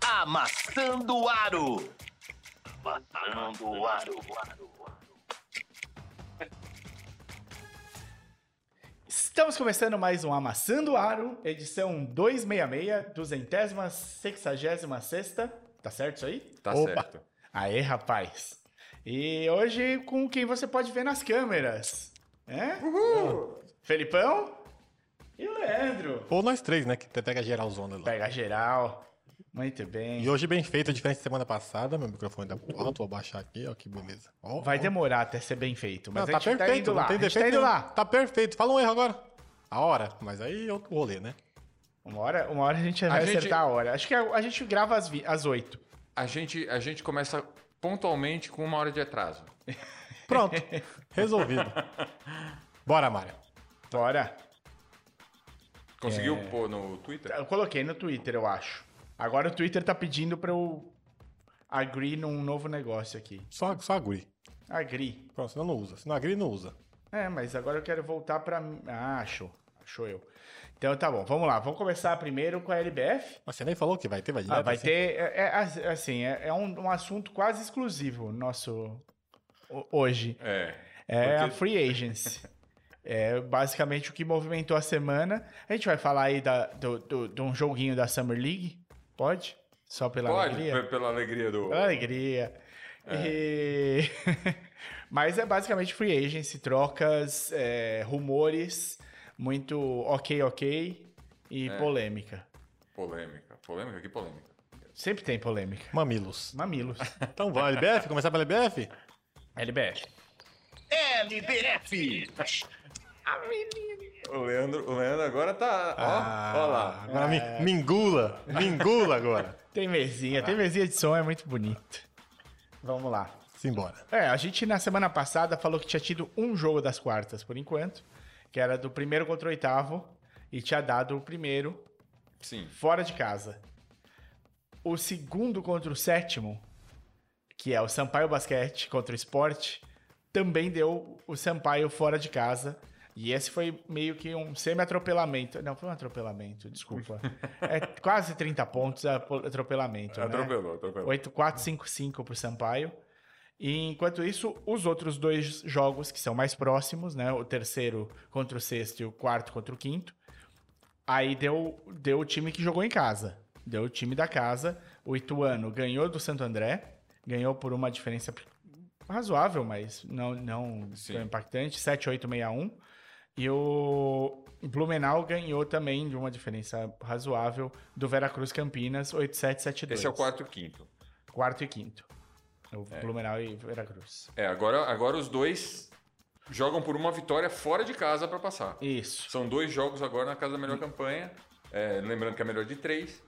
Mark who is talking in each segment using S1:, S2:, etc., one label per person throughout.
S1: Amassando o aro. Amassando o aro.
S2: Estamos começando mais um Amassando o Aro, edição 266, duzentésima, sexagésima sexta. Tá certo isso aí?
S3: Tá
S2: Opa!
S3: certo.
S2: Aê, rapaz. E hoje com quem você pode ver nas câmeras. É?
S4: Uhul!
S2: Felipão e o Leandro.
S5: Ou nós três, né? Que pega geral zona lá.
S2: Pega geral. Muito bem.
S5: E hoje bem feito, a diferença de semana passada. Meu microfone tá alto, vou abaixar aqui, ó, que beleza. Ó,
S2: Vai
S5: ó.
S2: demorar até ser bem feito, mas
S5: Não,
S2: a
S5: tá
S2: gente
S5: perfeito,
S2: tá indo lá.
S5: não tem
S2: a gente
S5: defeito.
S2: tá indo
S5: nenhum.
S2: lá.
S5: Tá perfeito. Fala um erro agora. A hora, mas aí é outro rolê, né?
S2: Uma hora, uma hora a gente vai
S3: gente-
S2: acertar a hora. Acho que a, a gente grava às, vi- às 8.
S3: A gente, a gente começa pontualmente com uma hora de atraso.
S5: Pronto. Resolvido. Bora, Mário.
S2: Bora.
S3: Conseguiu
S2: É.
S3: pôr no Twitter?
S2: Eu coloquei no Twitter, eu acho. Agora o Twitter tá pedindo pra eu agree num novo negócio aqui.
S5: Só, só agri.
S2: Agree.
S5: Pronto, senão não usa. Se não agri, não usa.
S2: É, mas agora eu quero voltar pra. Ah, achou. Achou eu. Então tá bom, vamos lá. Vamos começar primeiro com a LBF.
S5: Mas você nem falou que vai ter, vai
S2: Ah,
S5: direto,
S2: vai
S5: assim.
S2: ter. É, é as- assim, é, é um, um assunto quase exclusivo nosso ho- hoje.
S3: É.
S2: É a
S3: Porque-
S2: free agency. É basicamente o que movimentou a semana. A gente vai falar aí da, do, do- de um joguinho da Summer League? Pode? Só pela
S3: Pode,
S2: alegria? É.
S3: pe- pela alegria do.
S2: Pela alegria. E- Mas é basicamente free agency, trocas, é, rumores, muito ok, ok e polêmica.
S3: Polêmica. Polêmica? Que polêmica?
S2: Sempre tem polêmica.
S5: Mamilos.
S2: Mamilos.
S5: Então vai, LBF? Começar pela LBF?
S2: LBF.
S1: LBF.
S3: O Leandro, o Leandro agora tá.
S2: Ah.
S3: Ó, ó lá.
S5: Agora me, me engula. Me engula agora.
S2: Tem mesinha, tem mesinha de som, é muito bonito. Vamos lá.
S5: Simbora.
S2: É, a gente na semana passada falou que tinha tido um jogo das quartas por enquanto, que era do primeiro contra o oitavo, e tinha dado o primeiro
S3: Sim.
S2: fora de casa. O segundo contra o sétimo, que é o Sampaio Basquete contra o Esporte, também deu o Sampaio fora de casa. E esse foi meio que um semi-atropelamento. Não, foi um atropelamento, desculpa. É quase 30 pontos apo- atropelamento. né?
S3: Atropelou, atropelou.
S2: 8-4-5-5 pro Sampaio. E enquanto isso, os outros dois jogos que são mais próximos, né? O terceiro contra o sexto e o quarto contra o quinto. Aí deu, deu o time que jogou em casa. Deu o time da casa. O Ituano ganhou do Santo André. Ganhou por uma diferença pe- razoável, mas não, não
S3: Sim.
S2: tão impactante. 7-8-6-1. E o Blumenau ganhou também de uma diferença razoável do Veracruz Campinas, 8-7-7-2
S3: Esse é o quarto e o quinto.
S2: quarto e quinto. O Blumenau e Veracruz.
S3: É, agora, agora os dois jogam por uma vitória fora de casa pra passar.
S2: Isso.
S3: São dois jogos agora na casa da melhor campanha. É, lembrando que é a melhor de três.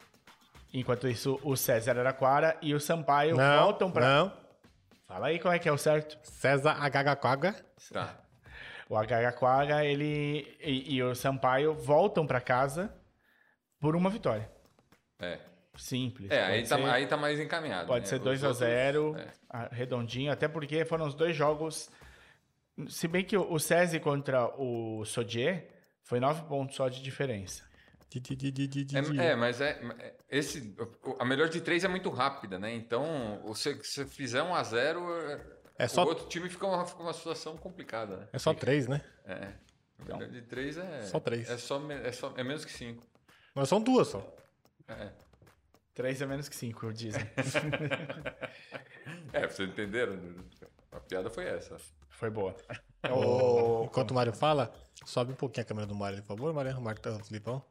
S2: Enquanto isso, o César Araquara e o Sampaio
S5: não,
S2: voltam pra.
S5: não.
S2: Fala aí como é que é o certo.
S5: César Agagaquaga.
S3: Tá.
S2: O Agagaquara, ele e, e o Sampaio voltam pra casa por uma vitória.
S3: É.
S2: Simples.
S3: É,
S2: Pode
S3: aí tá,
S2: ser-
S3: aí tá mais encaminhado.
S2: Pode
S3: né?
S2: ser
S3: Os
S2: 2 a
S3: outros-
S2: 0
S3: é.
S2: a- redondinho, até porque foram os dois jogos. Se bem que o o SESI contra o Sodier foi 9 pontos só de diferença.
S5: Di, di, di, di, di, di, di.
S3: É, é, mas é, é- esse, o- a melhor de três é muito rápida, né? Então, o- se você fizer um a zero,
S5: É só-
S3: o outro time fica uma, fica uma situação complicada, né?
S5: É só três, né?
S3: É. A
S2: Então,
S3: melhor de três é.
S5: Só três.
S3: É, só, me- é, só, é menos que cinco.
S5: Mas são duas só.
S3: É.
S2: 3 é menos que 5, dizem.
S3: é, vocês entenderam? A piada foi essa.
S2: Foi boa.
S5: Ô, Enquanto o Mário fala, sobe um pouquinho a câmera do Mário, por favor, Mário. O Martão, o Filipão.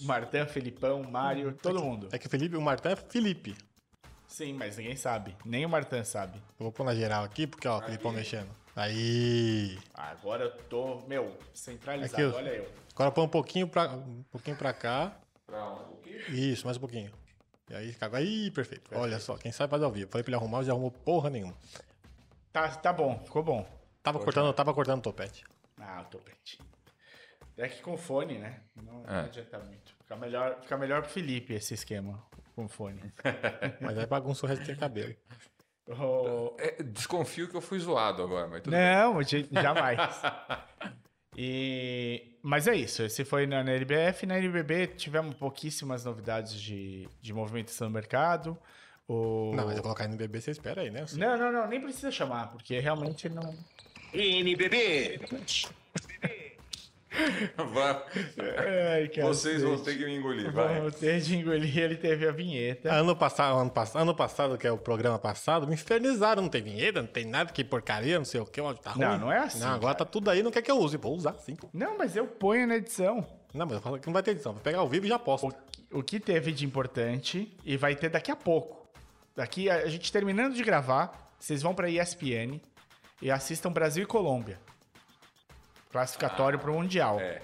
S2: Martin, Felipão, Mário, todo mundo.
S5: É que o Felipe, o Martão é Felipe.
S2: Sim, mas ninguém sabe. Nem o Martin sabe.
S5: Eu vou pôr na geral aqui, porque ó, o Filipão mexendo. Aí.
S2: Agora eu tô, meu, centralizado.
S5: Aqui, ó.
S2: Olha eu.
S5: Agora põe um pouquinho pra, um pouquinho pra cá.
S3: Pra um pouquinho.
S5: Isso, mais um pouquinho. E aí, cago. Aí, perfeito. Olha só, quem sabe faz ao vivo. Falei pra ele arrumar, mas ele arrumou porra nenhuma.
S2: Tá, tá bom, ficou bom.
S5: Tava cortando, tava cortando o topete.
S2: Ah, o topete. É que com fone, né? Não, não
S3: É.
S2: adianta muito. Fica melhor, fica melhor pro Felipe esse esquema com fone.
S5: Mas aí bagunçou o resto do cabelo.
S2: Ô, Né?
S3: É, desconfio que eu fui zoado agora, mas tudo
S2: Não, de- jamais. E... Mas é isso, esse foi na, na LBF. Na LBB tivemos pouquíssimas novidades de, de movimentação do mercado. O...
S5: Não, mas eu colocar NBB, você espera aí, né? Você-
S2: não, não, não, nem precisa chamar, porque realmente não.
S1: NBB!
S3: Vai.
S2: Ai, cara,
S3: É. Vocês vão ter que me engolir, vai.
S2: Vamos ter de engolir, ele teve a vinheta.
S5: É, Ano passado, ano passado, ano passado, que é o programa passado, me infernizaram. Não tem vinheta, não tem nada, que porcaria, não sei o que, o áudio tá ruim.
S2: Não, não é assim,
S5: Não, agora
S2: cara.
S5: tá tudo aí, não quer que eu use. Vou usar sim.
S2: Não, mas eu ponho na edição.
S5: Não, mas eu falo que não vai ter edição. Vou pegar ao vivo e já posto.
S2: o que teve de importante e vai ter daqui a pouco. Daqui a, a gente terminando de gravar, vocês vão pra ESPN e assistam Brasil e Colômbia. Classificatório pro Mundial
S3: É.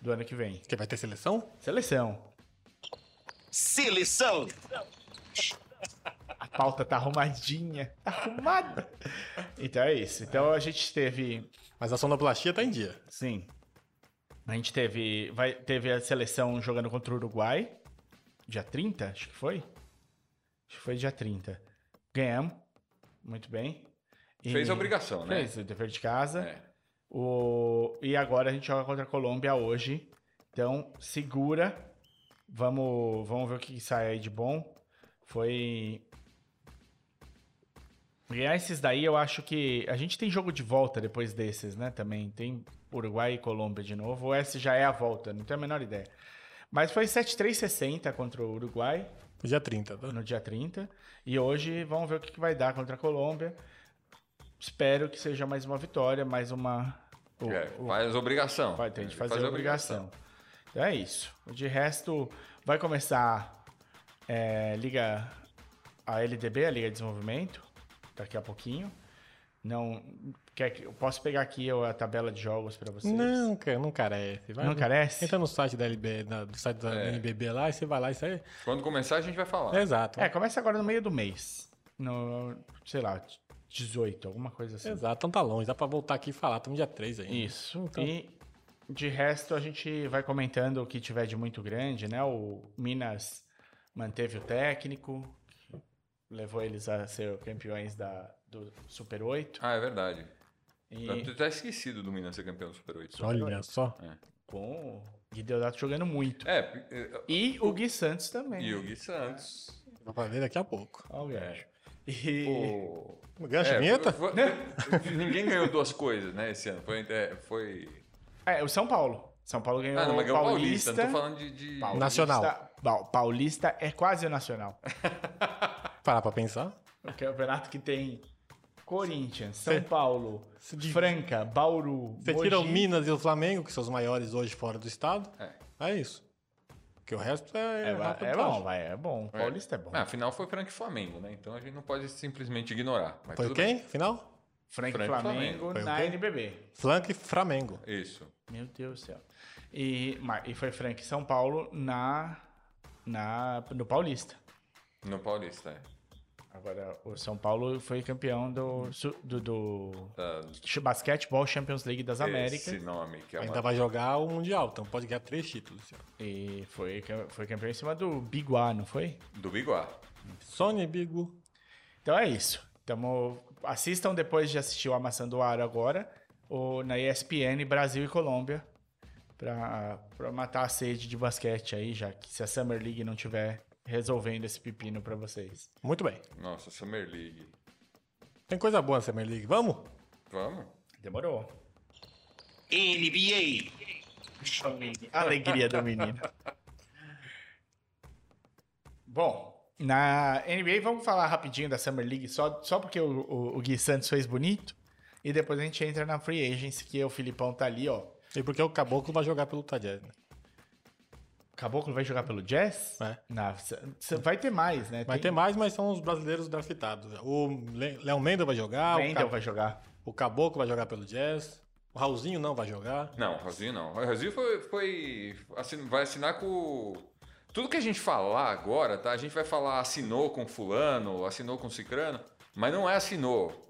S2: do ano que vem.
S5: Porque vai ter seleção?
S2: Seleção.
S1: Seleção!
S2: A pauta tá arrumadinha. Tá arrumada. Então é isso. Então a gente teve
S5: Mas a sonoplastia tá em dia.
S2: Sim. A gente teve, vai, teve a seleção jogando contra o Uruguai, dia 30, acho que foi. Acho que foi dia 30. Ganhamos, muito bem. E-
S3: Fez a obrigação, né?
S2: Fez o dever de casa.
S3: É.
S2: O, e agora a gente joga contra a Colômbia hoje. Então, segura. Vamos, vamos ver o que sai aí de bom. Foi. Ganhar esses daí, eu acho que. A gente tem jogo de volta depois desses, né? Também tem Uruguai e Colômbia de novo. Ou essa já é a volta, não tenho a menor ideia. Mas foi 7-3-60 contra o Uruguai
S5: Dia 30, tá?
S2: no dia 30. E hoje vamos ver o que que vai dar contra a Colômbia. Espero que seja mais uma vitória, mais uma. o-
S3: É,
S2: o-
S3: faz obrigação. É,
S2: vai ter de
S3: Faz
S2: é, fazer a obrigação. Então é isso. De resto, vai começar é, liga a LDB, a Liga de Desenvolvimento, daqui a pouquinho. Não, quer que, eu posso pegar aqui eu- a tabela de jogos para vocês?
S5: Não, cara, não carece. Vai, Então,
S2: Não carece?
S5: Entra no site da LB, na- do site da
S3: É.
S5: NBB lá, e você vai lá e sai.
S3: Quando começar, a gente vai falar.
S5: É exato.
S2: É, começa agora no meio do mês. No, sei lá, 18, alguma coisa assim.
S5: Exato, então tá longe. Dá pra voltar aqui e falar. Estamos dia 3 ainda.
S2: Isso.
S5: Então-
S2: E de resto a gente vai comentando o que tiver de muito grande, né? O Minas manteve o técnico, levou eles a ser campeões da, do Super 8.
S3: Ah, é verdade.
S2: E
S3: Eu tá esquecido do Minas ser campeão do Super 8.
S5: Olha só.
S2: com o Gui Deodato jogando muito.
S3: É, p-
S2: E o Gui Santos
S3: é,
S2: também.
S3: e o Gui É. Santos.
S5: Dá pra ver daqui a pouco.
S2: Ó, o gajo. E...
S3: O...
S5: Gancho,
S3: É,
S5: vinheta?
S3: foi- Ninguém ganhou duas coisas, né, esse ano. Foi. é, foi...
S2: É, o São Paulo. São Paulo ganhou
S3: Ah, não, mas
S2: o
S3: ganhou o
S2: Paulista.
S3: Paulista. Não tô falando de. de...
S2: Paulista-
S5: Nacional.
S2: Bom, Paulista é quase o Nacional.
S5: Parar pra pensar.
S2: é O campeonato que tem Corinthians, São
S5: Cê-
S2: Paulo,
S5: cê diz-
S2: Franca, Bauru,
S5: Você
S2: Mogi.
S5: tira o Minas e o Flamengo, que são os maiores hoje fora do estado.
S3: É.
S5: É isso. Porque o resto é.
S2: É, ba-
S5: rápido
S2: é
S5: pra-
S2: bom, vai, é bom. Paulista é bom.
S3: Ah, afinal foi Frank e Flamengo, né? Então a gente não pode simplesmente ignorar. Mas
S5: Foi
S3: tudo
S5: quem? Final?
S2: Franca e
S3: Franca e
S2: Flamengo,
S5: Flamengo.
S2: na
S5: Foi o quê?
S2: NBB.
S5: Flank e Flamengo.
S3: bem. Isso.
S2: Meu Deus do céu. E, ma- e foi Franca e São Paulo na, na, no Paulista.
S3: No Paulista, é.
S2: Agora, o São Paulo foi campeão do, su- do, do
S3: Da-
S2: Ch- Basketball Champions League das Américas.
S3: Tá, Esse nome que é uma-
S5: Ainda vai jogar o Mundial, então pode ganhar três títulos. esse ano.
S2: E foi, cam- foi campeão em cima do Biguá, não foi?
S3: do Biguá.
S5: Sony Bigo.
S2: Então é isso. Tamo... Assistam depois de assistir o Amassando o Aro agora, ou na ESPN Brasil e Colômbia, pra, pra matar a sede de basquete aí, já que se a Summer League não tiver resolvendo esse pepino pra vocês.
S5: Muito bem.
S3: Nossa, Summer League.
S5: Tem coisa boa na Summer League. Vamos?
S3: Vamos?
S2: Demorou.
S1: NBA!
S2: Alegria do menino. Bom, na NBA, vamos falar rapidinho da Summer League, só, só porque o, o- o Gui Santos fez bonito. E depois a gente entra na Free Agency, que o Filipão tá ali, ó.
S5: E porque o Caboclo vai jogar pelo Tadjez, né?
S2: Caboclo vai jogar pelo Jazz?
S5: É.
S2: Na- cê- cê- vai ter mais, né?
S5: Vai ter mais, mas são os brasileiros draftados. O Le- Léo Mendel vai jogar, o,
S2: Mendel
S5: Ca-
S2: vai jogar.
S5: o Caboclo vai jogar pelo Jazz, o Raulzinho não vai jogar.
S3: Não, o Raulzinho não. O Raulzinho foi. foi assin- vai assinar com. o- Tudo que a gente falar agora, tá? A gente vai falar assinou com fulano, assinou com cicrano, mas não é assinou.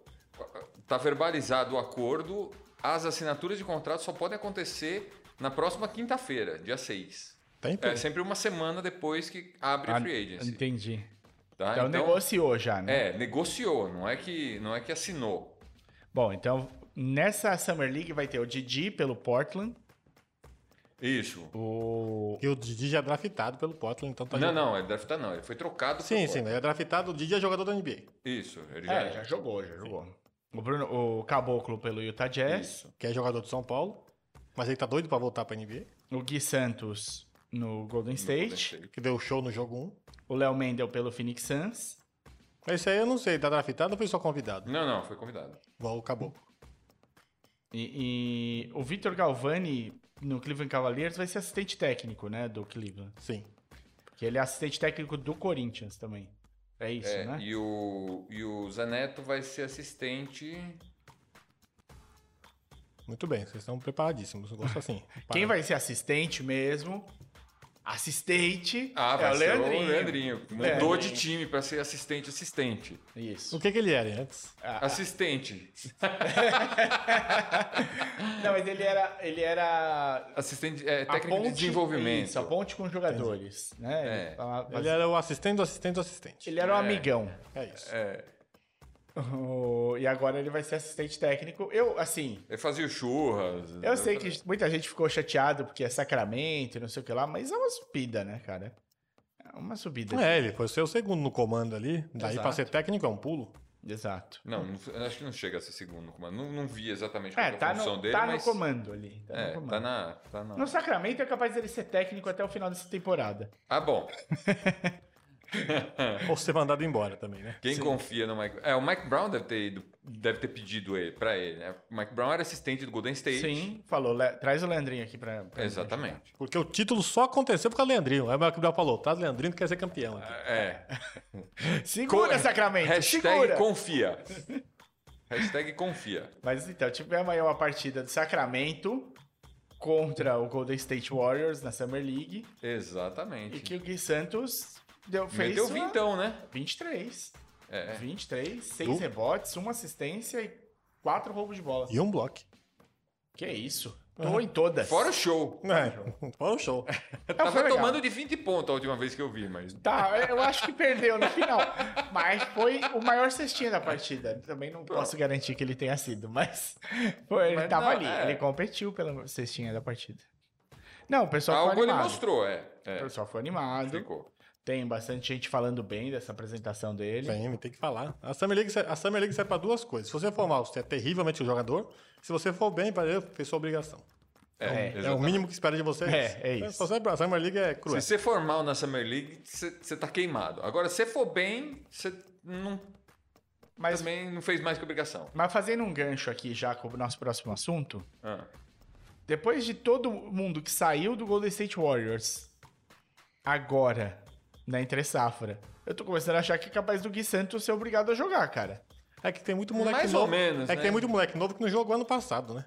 S3: Tá verbalizado o acordo, as assinaturas de contrato só podem acontecer na próxima quinta-feira, dia 6.
S5: Tem
S3: É
S5: tudo.
S3: sempre uma semana depois que abre a free agency.
S2: Ah, entendi.
S3: Tá?
S2: então, negociou já, é um né?
S3: É, negociou, não é que, não é que é assinou.
S2: Bom, então Nessa Summer League vai ter o Didi pelo Portland,
S3: Isso.
S2: o
S5: E o Didi já é draftado pelo Portland, então tá
S3: Não, não, ele deve estar não. Ele foi trocado. pro
S5: Sim,
S3: Portland.
S5: sim, ele é draftado, o Didi é jogador da NBA.
S3: Isso, ele já,
S2: É, já jogou, já jogou. O, Bruno, o Caboclo pelo Utah Jazz,
S3: Isso.
S5: que é jogador do São Paulo, mas ele tá doido pra voltar pra NBA,
S2: o Gui Santos no Golden State,
S3: né?
S5: que deu show no jogo
S2: o Léo Mendel pelo Phoenix Suns.
S5: 1. Esse aí eu não sei, tá draftado ou foi só convidado?
S3: Não, não, foi convidado.
S5: Igual o Caboclo.
S2: E, e o Vitor Galvani no Cleveland Cavaliers vai ser assistente técnico, né, do Cleveland.
S5: Sim.
S2: Porque ele é assistente técnico do Corinthians também. É isso,
S3: É,
S2: né?
S3: e, o, e o Zaneto vai ser assistente.
S5: Muito bem, vocês estão preparadíssimos. Eu gosto assim.
S2: Quem vai ser assistente mesmo? Assistente
S3: Ah,
S2: é
S3: vai
S2: o
S3: ser
S2: Leandrinho. É.
S3: o Leandrinho. Mudou
S2: Leandrinho.
S3: de time pra ser assistente, assistente.
S2: Isso.
S5: O que, que ele era antes?
S2: Ah,
S3: Assistente.
S2: não, mas ele era, ele era
S3: Assistente, é,
S2: a
S3: técnico de
S2: ponte-
S3: desenvolvimento.
S2: Isso, a ponte com os jogadores, né?
S3: É.
S2: Ele, tava-
S5: Ele era o assistente do assistente do assistente.
S2: ele era um
S3: É.
S2: amigão.
S5: É isso.
S3: É,
S2: O- E agora ele vai ser assistente técnico. Eu, assim,
S3: ele fazia o churras.
S2: Eu sei que muita gente ficou chateado porque é Sacramento e não sei o que lá, mas é uma subida, né, cara? É uma subida.
S5: É, ele foi ser o segundo no comando ali. Daí pra
S2: Exato.
S5: ser técnico é um pulo.
S2: Exato.
S3: Não, não- acho que não chega a ser segundo no comando. Não, não vi exatamente qual
S2: É,
S3: que é
S2: tá,
S3: a função
S2: no,
S3: dele,
S2: tá no
S3: mas...
S2: comando ali. Tá
S3: É,
S2: no comando.
S3: tá na... Tá na...
S2: No Sacramento é capaz dele ser técnico até o final dessa temporada.
S3: Ah, bom.
S5: Ou ser mandado embora também, né?
S3: Quem confia no Mike... É, o Mike Brown deve ter, ido, deve ter pedido ele, pra ele. né? O Mike Brown era assistente do Golden State.
S2: Sim, falou. Le- Traz o Leandrinho aqui pra. pra
S3: Exatamente.
S5: Porque o título só aconteceu por causa do Leandrinho. Aí o Marco Bel falou: traz Leandrinho que quer ser campeão. aqui.
S3: É.
S2: gente. Segura,
S3: Co-
S2: Sacramento!
S3: Hashtag
S2: segura!
S3: confia. Hashtag confia.
S2: Mas então, tivemos aí uma partida do Sacramento contra o Golden State Warriors na Summer League.
S3: Exatamente.
S2: E que o Gui Santos deu, fez.
S3: Meteu
S2: uma-
S3: vintão, né?
S2: 23.
S3: É.
S2: 23, 6
S5: Du-
S2: rebotes, uma assistência e quatro roubos de bola.
S5: E um bloco.
S2: Que isso? Tô em todas.
S3: Uhum. Fora o show.
S5: É, fora o show.
S3: Eu
S2: É, foi
S3: tava
S2: legal.
S3: tomando de 20 pontos a última vez que eu vi, mas...
S2: Tá, eu acho que perdeu no final. Mas foi o maior cestinha da partida. Também não posso garantir que ele tenha sido, mas foi, ele
S3: Mas
S2: tava
S3: não,
S2: ali.
S3: é.
S2: Ele competiu pela cestinha da partida. Não, o pessoal
S3: Algo
S2: foi
S3: Ah, ele
S2: animado.
S3: mostrou, é.
S2: O
S3: é.
S2: pessoal foi animado.
S3: Ficou.
S2: Tem bastante gente falando bem dessa apresentação dele.
S5: Tem, tem que falar. A Summer League, ser- a Summer League serve pra duas coisas. Se você for mal, você é terrivelmente o jogador. Se você for bem, pra ele, fez sua obrigação.
S2: É,
S5: É o
S3: exatamente.
S5: mínimo que espera de você. Então,
S2: É, é isso.
S5: Só serve pra- a Summer League é cruel.
S3: Se você for mal na Summer League, você você tá queimado. Agora, se você for bem, você não,
S2: Mas,
S3: também não fez mais que obrigação.
S2: mas fazendo um gancho aqui já com o nosso próximo assunto,
S3: Ah,
S2: Depois de todo mundo que saiu do Golden State Warriors, agora, na entre safra, eu tô começando a achar que é capaz do Gui Santos ser obrigado a jogar, cara.
S5: É que tem muito moleque
S3: Mais ou
S5: novo.
S3: menos,
S5: é que
S3: né?
S5: tem muito moleque novo que não jogou ano passado, né?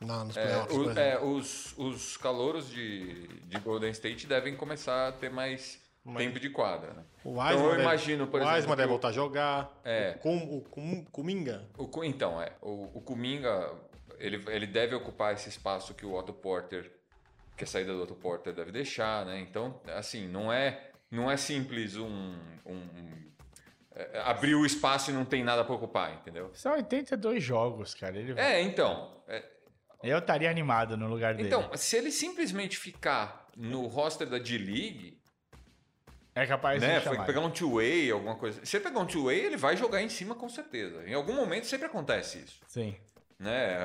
S5: Não, nos
S3: é,
S5: playoffs,
S3: o-
S5: por exemplo.
S3: é, os, os calouros de, de Golden State devem começar a ter mais
S5: Mas-
S3: tempo de quadra. né? eu
S5: O Wiseman deve-
S3: imagino, por
S5: o
S3: exemplo,
S5: Wiseman
S3: que
S5: deve
S3: o-
S5: voltar a jogar.
S3: É.
S5: O, Cum, o Cum- Kuminga.
S3: O Ku- então, é. O, o Kuminga, ele, ele deve ocupar esse espaço que o Otto Porter, que a saída do Otto Porter deve deixar, né? Então, assim, não é, não é simples um... um- é, abrir o espaço e não tem nada pra ocupar, entendeu?
S2: São 82 jogos, cara. Ele...
S3: É, então. é,
S2: Eu estaria animado no lugar dele.
S3: então, se ele simplesmente ficar no roster da D-League,
S2: é capaz
S3: né?
S2: de
S3: foi
S2: chamar.
S3: pegar um two-way, alguma coisa. Se ele pegar um two-way, ele vai jogar em cima com certeza. Em algum momento sempre acontece isso.
S2: Sim.
S3: né?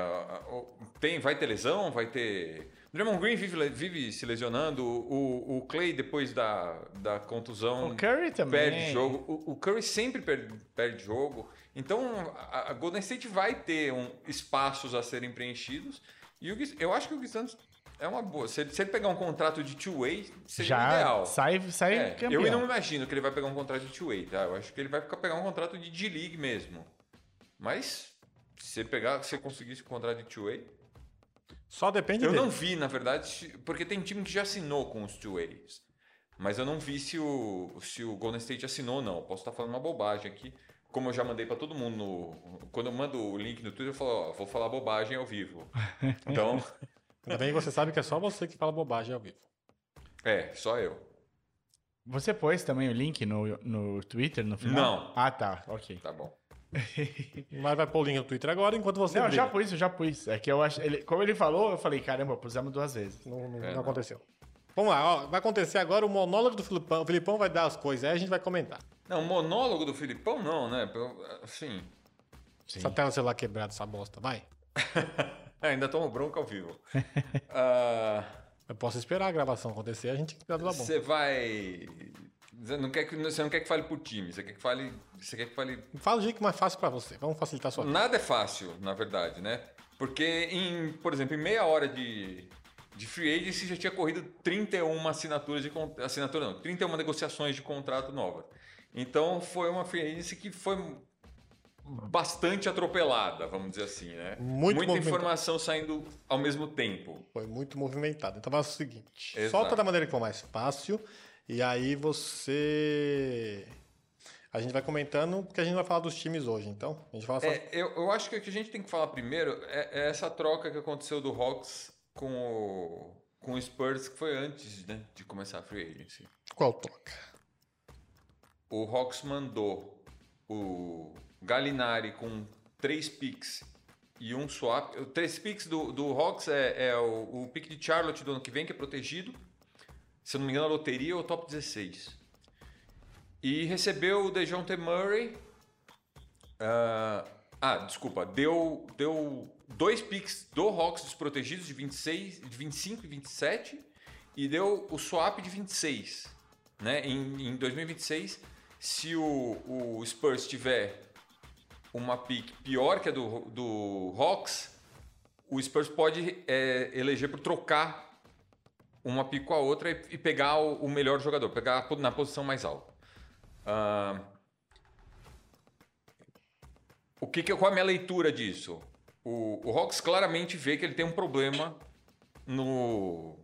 S3: Tem, vai ter lesão, vai ter. Draymond Green vive, le- vive se lesionando, o, o Clay depois da, da contusão
S2: O Curry também.
S3: perde um jogo, o, o Curry sempre per- perde jogo. Então a, a Golden State vai ter um, espaços a serem preenchidos e o Gui- eu acho que o Gui Santos é uma boa. Se ele, se ele pegar um contrato de two-way, seria
S2: Já
S3: ideal.
S2: sai, sai
S3: É,
S2: campeão.
S3: eu não imagino que ele vai pegar um contrato de two-way, tá? Eu acho que ele vai ficar- pegar um contrato de D-League mesmo. Mas se ele pegar, se ele conseguir esse contrato de two-way,
S5: Só depende
S3: eu
S5: dele.
S3: não vi, na verdade, se- porque tem time que já assinou com os two-ways. Mas eu não vi se o, se o Golden State assinou ou não. Posso estar falando uma bobagem aqui. Como eu já mandei pra todo mundo no- quando eu mando o link no Twitter, eu falo, ó, vou falar bobagem ao vivo. Então,
S5: Ainda bem que você sabe que é só você que fala bobagem ao vivo.
S3: é, só eu.
S2: Você pôs também o link no, no Twitter no final?
S3: Não.
S2: Ah, tá. Ok.
S3: Tá bom.
S5: Mas vai pôr o link no Twitter agora, enquanto você
S2: Não,
S5: briga.
S2: já pus, eu já pus. É que eu acho. Ele, como ele falou, eu falei, caramba, pusemos duas vezes.
S5: Não, não-
S3: É,
S5: não
S3: não.
S5: aconteceu. Vamos lá, ó, vai acontecer agora o monólogo do Filipão. O Filipão vai dar as coisas, aí a gente vai comentar.
S3: Não, monólogo do Filipão não, né? Pelo- Assim,
S2: Sim.
S5: Essa tela do celular quebrada, essa bosta, vai.
S3: É, ainda tomo bronca ao vivo. Ah,
S5: Eu posso esperar a gravação acontecer, a gente dá tudo Tá bom.
S3: Você vai... Você não, quer que, você não quer que fale por time, você quer que fale... Você quer que fale...
S5: Fala o jeito é mais fácil pra você, vamos facilitar a sua vida.
S3: Nada é fácil, na verdade, né? Porque, em, por exemplo, em meia hora de, de free agency já tinha corrido 31 assinaturas de... con- Assinatura não, 31 negociações de contrato nova. Então, foi uma free agency que foi bastante atropelada, vamos dizer assim, né?
S5: Muito
S3: Muita
S5: movimentada.
S3: informação saindo ao mesmo tempo.
S5: Foi muito movimentado. Então faz o seguinte:
S3: Exato.
S5: solta da maneira que for mais fácil. E aí você. A gente vai comentando, porque a gente vai falar dos times hoje, então. A gente fala só.
S3: É, eu, eu acho que o que a gente tem que falar primeiro é, é essa troca que aconteceu do Hawks com o, com o Spurs, que foi antes né, de começar a free agency.
S5: Qual toca?
S3: O Hawks mandou o Galinari com três picks e um swap. O Três picks do, do Hawks é, é o, o pick de Charlotte do ano que vem, que é protegido. Se eu não me engano, a loteria é o top 16. E recebeu o DeJounte Murray. ah, ah, desculpa. Deu, deu dois picks do Hawks desprotegidos de, 26, de 25 e 27. E deu o swap de 26. Né? Em, em 2026, se o, o Spurs tiver uma pick pior que a do, do Hawks, o Spurs pode eh, eleger por trocar uma pick com a outra e, e pegar o, o melhor jogador, pegar a po- na posição mais alta. Ah, o que, que eu- qual é a minha leitura disso? O, o Hawks claramente vê que ele tem um problema no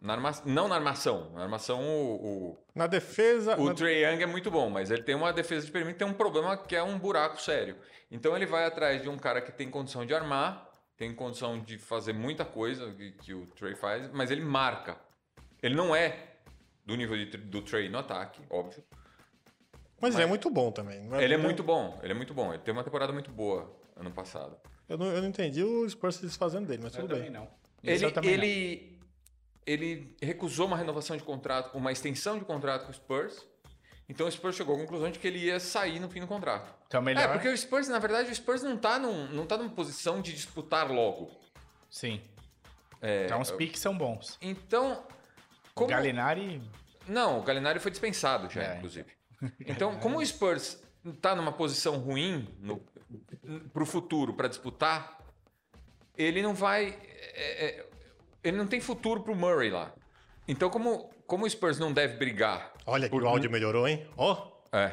S3: na arma- não na armação, na armação o,
S5: Na defesa.
S3: o, o
S5: na-
S3: Trae Young é muito bom, mas ele tem uma defesa de perímetro, tem um problema que é um buraco sério. Então ele vai atrás de um cara que tem condição de armar, tem condição de fazer muita coisa que, que o Trey faz, mas ele marca. Ele não é do nível de- do Trey no ataque, óbvio.
S5: Mas ele é muito bom também. não
S3: Ele é muito bom, ele é muito bom. Ele teve uma temporada muito boa ano passado.
S5: Eu não, eu não entendi o Spurs se desfazendo dele, mas
S2: Eu
S3: é
S5: tudo bem.
S2: também não. Isso
S3: Ele,
S2: eu também não.
S3: ele, ele recusou uma renovação de contrato, uma extensão de contrato com o Spurs. Então o Spurs chegou à conclusão de que ele ia sair no fim do contrato.
S2: Então, melhor.
S3: É, porque o Spurs, na verdade, o Spurs não tá, num, não tá numa posição de disputar logo.
S2: Sim.
S3: É,
S2: então, os piques são bons.
S3: Então, como...
S2: Galinari.
S3: Não, o Galinari foi dispensado já,
S2: É.
S3: inclusive. Então, como o Spurs tá numa posição ruim no, pro futuro para disputar, ele não vai... é, é, ele não tem futuro pro Murray lá. Então, como, como o Spurs não deve brigar
S5: Olha que o áudio melhorou, hein? Ó.
S3: É.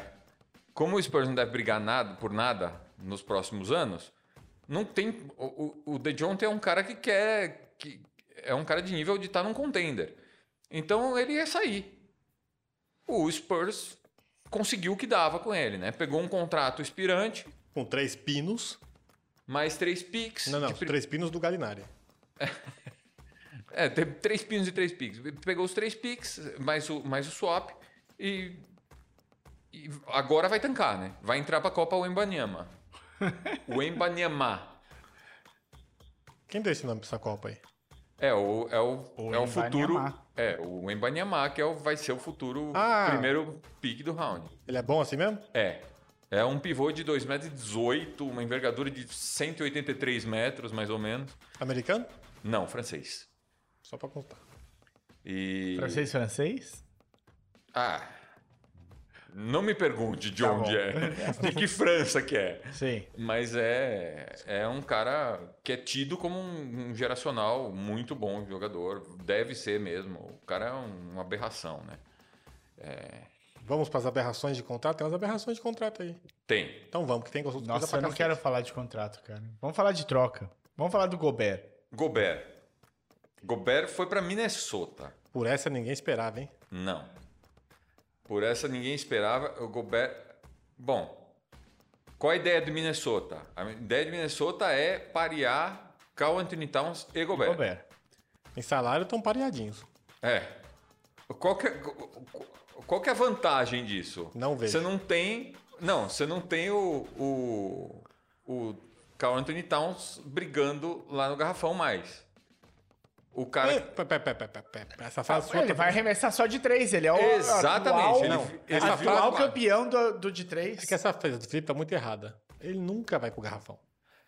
S3: Como o Spurs não deve brigar nada, por nada nos próximos anos, não tem. O, o, o DeJounte é um cara que quer. Que é um cara de nível de estar num contender. Então ele ia sair. O Spurs conseguiu o que dava com ele, né? Pegou um contrato expirante,
S5: com três pinos.
S3: mais três picks.
S5: Não, não,
S3: de pri-
S5: três pinos do Galinari.
S3: É, teve três pinos e três picks. Pegou os três picks, mais o, mais o swap, e, e agora vai tancar, né? Vai entrar pra Copa o Embanyama. O Embanyama.
S5: Quem deu esse nome pra essa Copa aí?
S3: É o, é o,
S2: O
S3: é o
S2: Wembanyama.
S3: futuro. É, o Embanyama, que é o, vai ser o futuro
S5: Ah.
S3: primeiro pick do round.
S5: Ele é bom assim mesmo?
S3: É. É um pivô de 2,18m, uma envergadura de 183 metros, mais ou menos.
S5: Americano?
S3: Não, francês.
S5: Só pra contar.
S3: E.
S2: Francês, francês?
S3: Ah. Não me pergunte de
S2: Tá
S3: onde
S2: bom.
S3: é, de que França que é.
S2: Sim.
S3: Mas é, é um cara que é tido como um, um geracional muito bom jogador. Deve ser mesmo. O cara é um- uma aberração, né?
S5: Vamos pras aberrações de contrato? Tem umas aberrações de contrato aí.
S3: Tem.
S5: Então vamos, que tem coisa coisa
S2: Nossa,
S5: pra
S2: eu não
S5: cacete.
S2: quero falar de contrato, cara. Vamos falar de troca. Vamos falar do Gobert.
S3: Gobert. Gobert foi pra Minnesota.
S5: Por essa ninguém esperava, hein?
S3: Não. Por essa ninguém esperava. O Gobert. Bom, qual a ideia do Minnesota? A ideia do Minnesota é parear Cal Anthony Towns e Gobert.
S2: Gobert.
S5: Em salário estão pareadinhos.
S3: É. Qual que, é- qual que é a vantagem disso?
S5: Não vejo.
S3: Você não tem Não, você não tem o. O. O Carl Anthony Towns brigando lá no garrafão mais. O
S5: Pé,
S3: cara.
S5: pé, pé, pé, pé, pé. Essa frase sua
S2: Ele
S5: tá-
S2: vai arremessar só de três, ele é o
S3: Exatamente,
S2: atual, é
S3: ele- ele tá
S2: atual
S3: viu lá.
S2: campeão do, do de três.
S5: É que essa frase do Felipe tá muito errada. Ele nunca vai pro garrafão.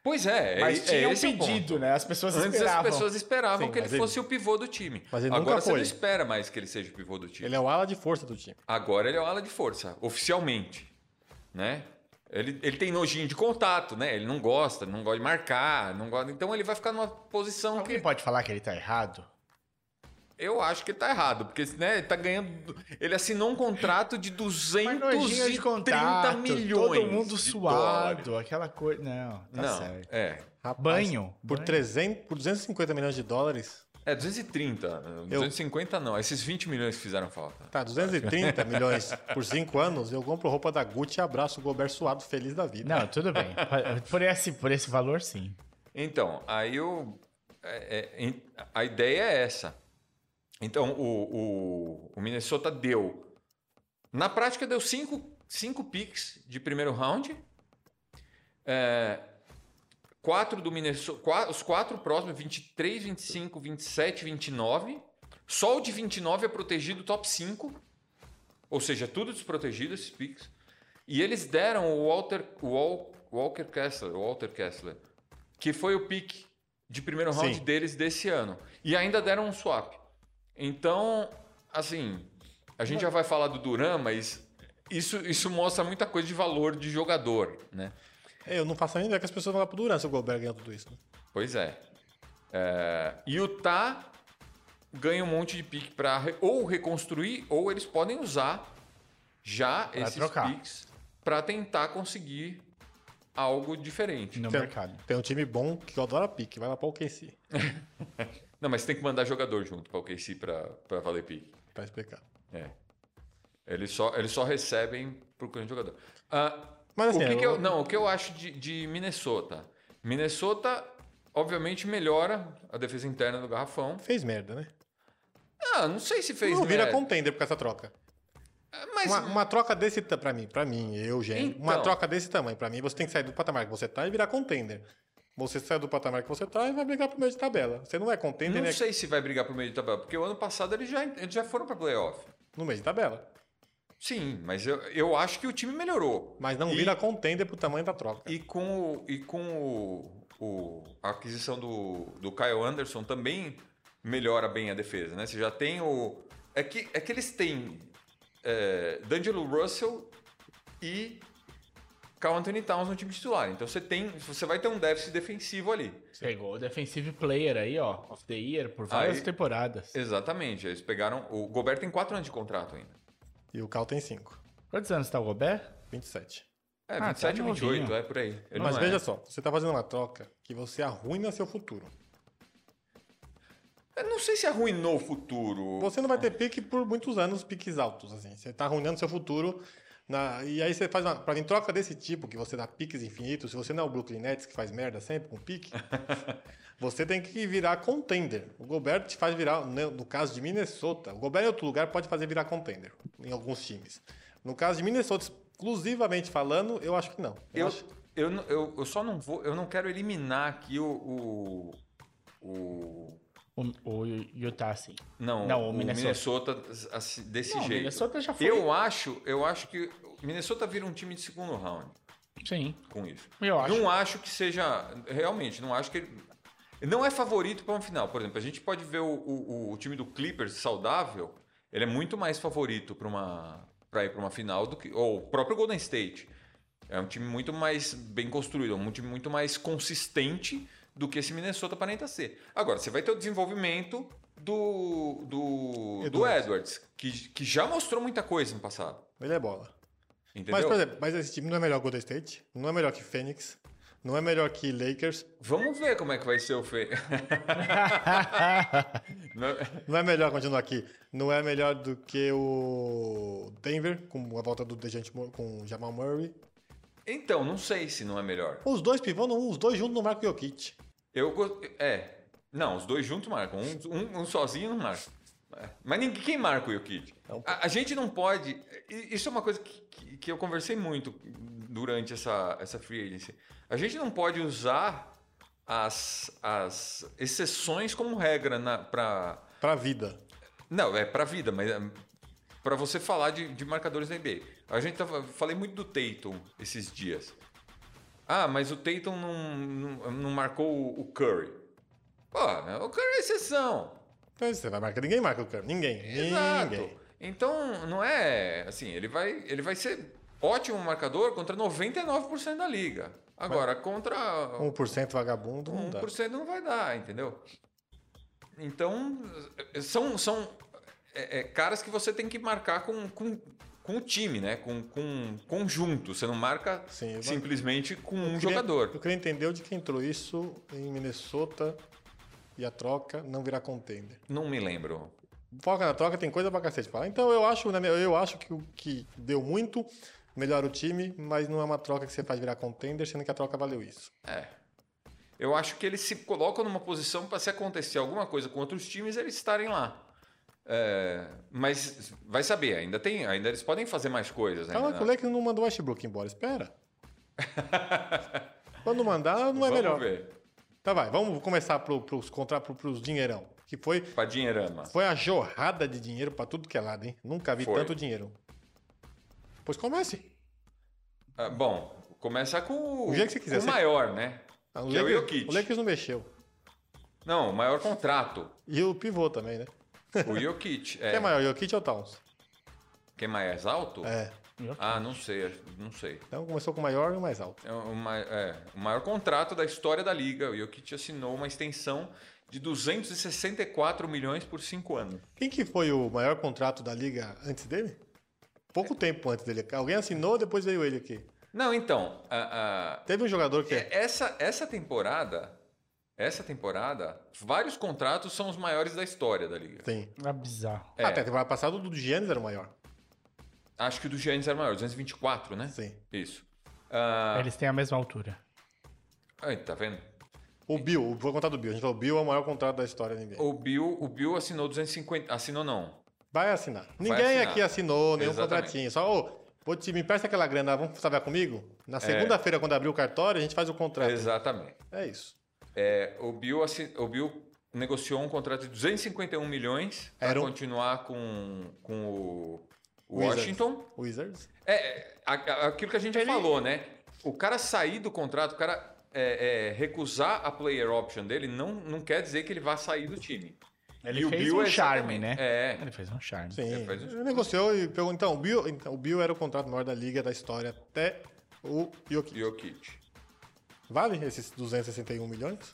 S3: Pois é, é-
S2: Mas
S3: é,
S2: tinha um
S3: esse o ponto.
S2: pedido, né? As pessoas
S3: Antes as
S2: esperavam.
S3: pessoas esperavam
S5: Sim,
S3: que ele
S5: mas ele-
S3: fosse o pivô do time.
S5: Mas ele
S3: Agora
S5: nunca
S3: você não
S5: foi.
S3: espera mais que ele seja o pivô do time.
S5: Ele é o ala de força do time.
S3: Agora ele é o ala de força, oficialmente. Né? Ele, ele tem nojinho de contato, né? Ele não gosta, não gosta de marcar, não gosta. Então ele vai ficar numa posição
S2: Alguém
S3: que
S2: pode falar que ele tá errado?
S3: eu acho que ele tá errado, porque né, ele tá ganhando. Ele assinou um contrato de
S2: Mas nojinho
S3: 230
S2: de contato,
S3: milhões.
S2: todo mundo
S3: de
S2: suado,
S3: dólares.
S2: aquela coisa... Não, tá
S3: não,
S2: certo.
S3: é.
S5: Rapaz,
S2: Banho.
S5: Por,
S2: banho.
S5: 300, por 250 milhões de dólares.
S3: É, 230. 250 não. Esses 20 milhões que fizeram falta.
S5: Tá, 230 milhões por 5 anos. Eu compro roupa da Gucci e abraço o Gobert suado, feliz da vida.
S2: Não, tudo bem. Por esse, por esse valor, sim.
S3: Então, aí eu, é, é, em- a ideia é essa. Então, o, o- o Minnesota deu. Na prática, deu cinco, cinco picks de primeiro round. É, quatro do Minnesota, qua- os quatro próximos, 23, 25, 27, 29. Só o de 29 é protegido top 5. Ou seja, é tudo desprotegido esses picks. E eles deram o Walter, o Wal- Walker Kessler, o Walter Kessler, que foi o pick de primeiro round
S5: Sim.
S3: deles desse ano. E ainda deram um swap. Então, assim, a gente já vai falar do Duran, mas isso, isso mostra muita coisa de valor de jogador, né?
S5: Eu não faço ainda que as pessoas vão lá pro Duran se o Gobert ganhar tudo isso. né?
S3: Pois é. é Utah ganha um monte de pique para ou reconstruir, ou eles podem usar já esses
S2: trocar.
S3: piques para tentar conseguir algo diferente.
S2: No
S5: Tem-
S2: É mercado.
S5: Tem um time bom que adora pique, vai lá pra OKC.
S3: Não, mas tem que mandar jogador junto para o KC para valer pique.
S5: Pra explicar.
S3: É. Eles só, eles só recebem procurando jogador. Ah,
S5: Mas assim,
S3: o que que
S5: eu-
S3: eu, não, o que eu acho de, de Minnesota? Minnesota, obviamente, melhora a defesa interna do garrafão.
S5: Fez merda, né?
S3: Ah, não sei se fez né,
S5: não vira
S3: merda.
S5: contender por causa dessa troca.
S3: Mas é.
S5: Uma, uma troca desse ta- pra mim, pra mim, eu, gente, uma
S3: Então.
S5: troca desse tamanho, pra mim, você tem que sair do patamar que você tá e virar contender. Você sai do patamar que você tá e vai brigar pro meio de tabela. Você não é contender
S3: não
S5: né,
S3: sei se vai brigar pro meio de tabela, porque o ano passado eles já, eles já foram pra playoff.
S5: no meio de tabela.
S3: Sim, mas eu, eu acho que o time melhorou.
S5: Mas não
S3: E-
S5: vira contender pro tamanho da troca.
S3: E com, o- e com o, o- a aquisição do, do Kyle Anderson também melhora bem a defesa, né? Você já tem o. É que, é que eles têm é, D'Angelo Russell e Carl Anthony Towns no time titular. Então você tem. Você vai ter um déficit defensivo ali.
S2: Pegou o Defensive Player aí, ó, of the year, por várias
S3: Aí-
S2: temporadas.
S3: Exatamente. Eles pegaram. O Gobert tem quatro anos de contrato ainda.
S5: E o Cal tem 5,
S2: Quantos anos tá o Gobert?
S5: 27.
S3: É,
S2: Ah, tá
S3: 27 ou 28,
S2: novinho.
S3: é por aí. Ele
S5: Mas
S3: não é.
S5: veja só, você tá fazendo uma troca que você arruina seu futuro.
S3: Eu não sei se arruinou o futuro.
S5: Você não vai ter pique por muitos anos, piques altos, assim. Você tá arruinando seu futuro. na- E aí você faz uma. Pra mim, troca desse tipo, que você dá piques infinitos, se você não é o Brooklyn Nets que faz merda sempre com pique, você tem que virar contender. O Gobert te faz virar, né, no caso de Minnesota, o Gobert em outro lugar pode fazer virar contender em alguns times. No caso de Minnesota, exclusivamente falando, eu acho que não.
S3: Eu,
S5: acho-
S3: eu, não- eu, eu só não vou. Eu não quero eliminar aqui o. o, o-
S2: O, o Utah, sim.
S3: não,
S2: Não, o
S3: o
S2: Minnesota.
S3: Minnesota, assim, desse
S2: Não, é o
S3: jeito.
S2: Minnesota já foi.
S3: Eu acho, eu acho que. o Minnesota vira um time de segundo round
S2: Sim.
S3: com isso.
S2: Eu acho.
S3: Não acho que seja. Realmente, não acho que ele. Não é favorito para uma final. Por exemplo, a gente pode ver o, o, o time do Clippers saudável. Ele é muito mais favorito para uma para ir para uma final do que ou o próprio Golden State. É um time muito mais bem construído, um time muito mais consistente do que esse Minnesota aparenta ser. Agora, você vai ter o desenvolvimento do do, do
S5: Edwards.
S3: Edwards, que, que já mostrou muita coisa no passado.
S5: Ele é bola.
S3: Entendeu?
S5: Mas, por exemplo, mas esse time não é melhor que Golden State, não é melhor que Phoenix, não é melhor que Lakers,
S3: Vamos ver como é que vai ser o Fe. Não-
S5: Não é melhor, continuar aqui, não é melhor do que o Denver, com a volta do Dejante Mur- com o Jamal Murray.
S3: Então, não sei se não é melhor.
S5: Os dois pivôs, não- os dois juntos não marcam o Jokic.
S3: Eu go- é. Não, os dois juntos marcam. Um, um- um sozinho não marca. Mas ninguém, quem marca o Jokic?
S5: Não.
S3: A, a gente não pode. i- Isso é uma coisa que, que- que eu conversei muito durante essa, essa free agency. A gente não pode usar as, as exceções como regra na, pra.
S5: Pra vida.
S3: Não, é pra vida, mas é pra você falar de, de marcadores da NBA. A gente tava, falei muito do Tatum esses dias. Ah, mas o Tatum não, não, não marcou o- o Curry. Pô, o Curry é exceção.
S5: Então você vai marcar. Ninguém marca o cara. Ninguém.
S3: Exato.
S5: Ninguém.
S3: Então, não é assim, ele vai, ele vai ser ótimo marcador contra 99% da liga. Agora, contra
S5: 1% vagabundo não dá.
S3: 1% não vai dar, entendeu? Então, eh, são, são eh, eh, caras que você tem que marcar com, com, com o time, né? Com, com conjunto. Você não marca
S5: Sim, eu-
S3: simplesmente com um
S5: Eu queria-
S3: jogador.
S5: Eu queria entender de que entrou isso em Minnesota e a troca não virar contender.
S3: Não me lembro.
S5: Foca na troca, tem coisa pra cacete pra falar. Então eu acho, na minha- eu acho que o que deu muito melhora o time, mas não é uma troca que você faz virar contender, sendo que a troca valeu isso.
S3: Eu acho que eles se colocam numa posição para se acontecer alguma coisa com outros times, eles estarem lá. É, mas vai saber, ainda tem, ainda eles podem fazer mais coisas.
S5: Calma
S3: ainda,
S5: que o Lakers não mandou o Westbrook embora, espera. Quando mandar, não é
S3: Vamos
S5: melhor.
S3: ver.
S5: Tá, vai, vamos começar pro, pros contratos, pro, pros dinheirão. Que foi,
S3: Pra dinheirama.
S5: foi a jorrada de dinheiro pra tudo que é lado, hein? Nunca vi
S3: Foi.
S5: tanto dinheiro. Pois comece.
S3: Ah, bom, começa com
S5: O jeito que você quiser,
S3: com o
S5: você-
S3: maior, né?
S5: Ah,
S3: que é o Jokic.
S5: o Lakers não mexeu.
S3: Não, o maior contrato.
S5: E o pivô também, né?
S3: O Jokic. É,
S5: Quem é maior, Jokic ou Towns?
S3: Quem é mais alto?
S5: É.
S3: Ah, não sei, não sei.
S5: Então começou com o maior e o mais alto.
S3: É o, ma- é, o maior contrato da história da liga. O Jokic assinou uma extensão de 264 milhões por cinco anos.
S5: Quem que foi o maior contrato da liga antes dele? Pouco tempo antes dele. Alguém assinou, depois veio ele aqui.
S3: Não, então, a- a-
S5: Teve um jogador que é.
S3: essa, essa temporada, essa temporada, vários contratos são os maiores da história da liga.
S5: Tem.
S2: É bizarro.
S3: É.
S5: Até a temporada passada o do Giannis era o maior.
S3: Acho que o do Giannis era maior, 224, né?
S5: Sim.
S3: Isso. Ah,
S2: Eles têm a mesma altura.
S3: ai, tá vendo?
S5: O Bill, vou contar do Bill. A gente falou, o Bill é o maior contrato da história da
S2: É.
S5: NBA.
S3: O Bill, o Bill assinou 250, assinou não.
S5: Vai assinar. Ninguém
S3: assinar.
S5: aqui assinou nenhum
S3: Exatamente.
S5: contratinho. Só, ô, vou te, me empresta aquela grana, vamos trabalhar comigo?
S3: É.
S5: Na segunda-feira, quando abrir o cartório, a gente faz o contrato.
S3: Exatamente.
S5: É isso.
S3: É, o, Bill assi- o Bill negociou um contrato de 251 milhões para
S5: Era um-
S3: continuar com, com o o
S5: Wizards.
S3: Washington.
S5: Wizards.
S3: É, é, a- a- aquilo que a gente falou, né? O cara sair do contrato, o cara é, é, recusar a player option dele não, não quer dizer que ele vá sair do time.
S2: Ele
S3: E o
S2: fez
S3: Bill
S2: um
S3: é
S2: charme, né?
S3: exatamente- é.
S2: Ele fez um charme.
S5: Sim.
S3: É, faz isso.
S5: Ele negociou e pegou. Então, o Bill, então, o Bill era o contrato maior da liga da história até o
S3: É,
S5: Jokic.
S3: Jokic.
S5: Vale esses 261 milhões?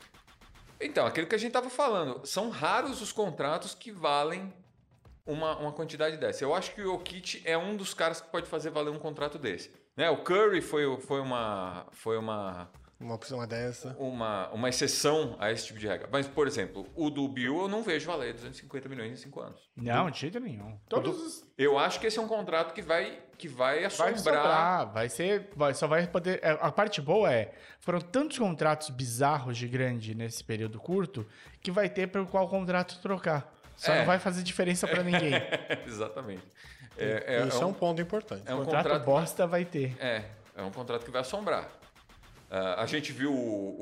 S3: Então, aquilo que a gente estava falando, são raros os contratos que valem uma, uma quantidade dessa. Eu acho que o Jokic é um dos caras que pode fazer valer um contrato desse. Né? O Curry foi, o- foi, uma, foi uma,
S5: Uma opção é dessa.
S3: uma, uma exceção a esse tipo de regra. Mas, por exemplo, o do Bill eu não vejo valer 250 milhões em 5 anos.
S2: Não, de jeito nenhum. Todos os...
S3: Eu acho que esse é um contrato que vai, que vai
S2: Vai
S3: assombrar.
S2: sobrar, vai ser. Vai, só vai poder. é, A parte boa é. Foram tantos contratos bizarros de grande nesse período curto que vai ter pelo qual contrato trocar. Só
S3: É.
S2: não vai fazer diferença pra ninguém.
S3: Exatamente. É, é-
S5: Isso
S3: é um,
S5: ponto importante.
S3: é um
S2: contrato,
S3: contrato
S2: bosta vai ter.
S3: É, é um contrato que vai assombrar. Ah, a gente viu o,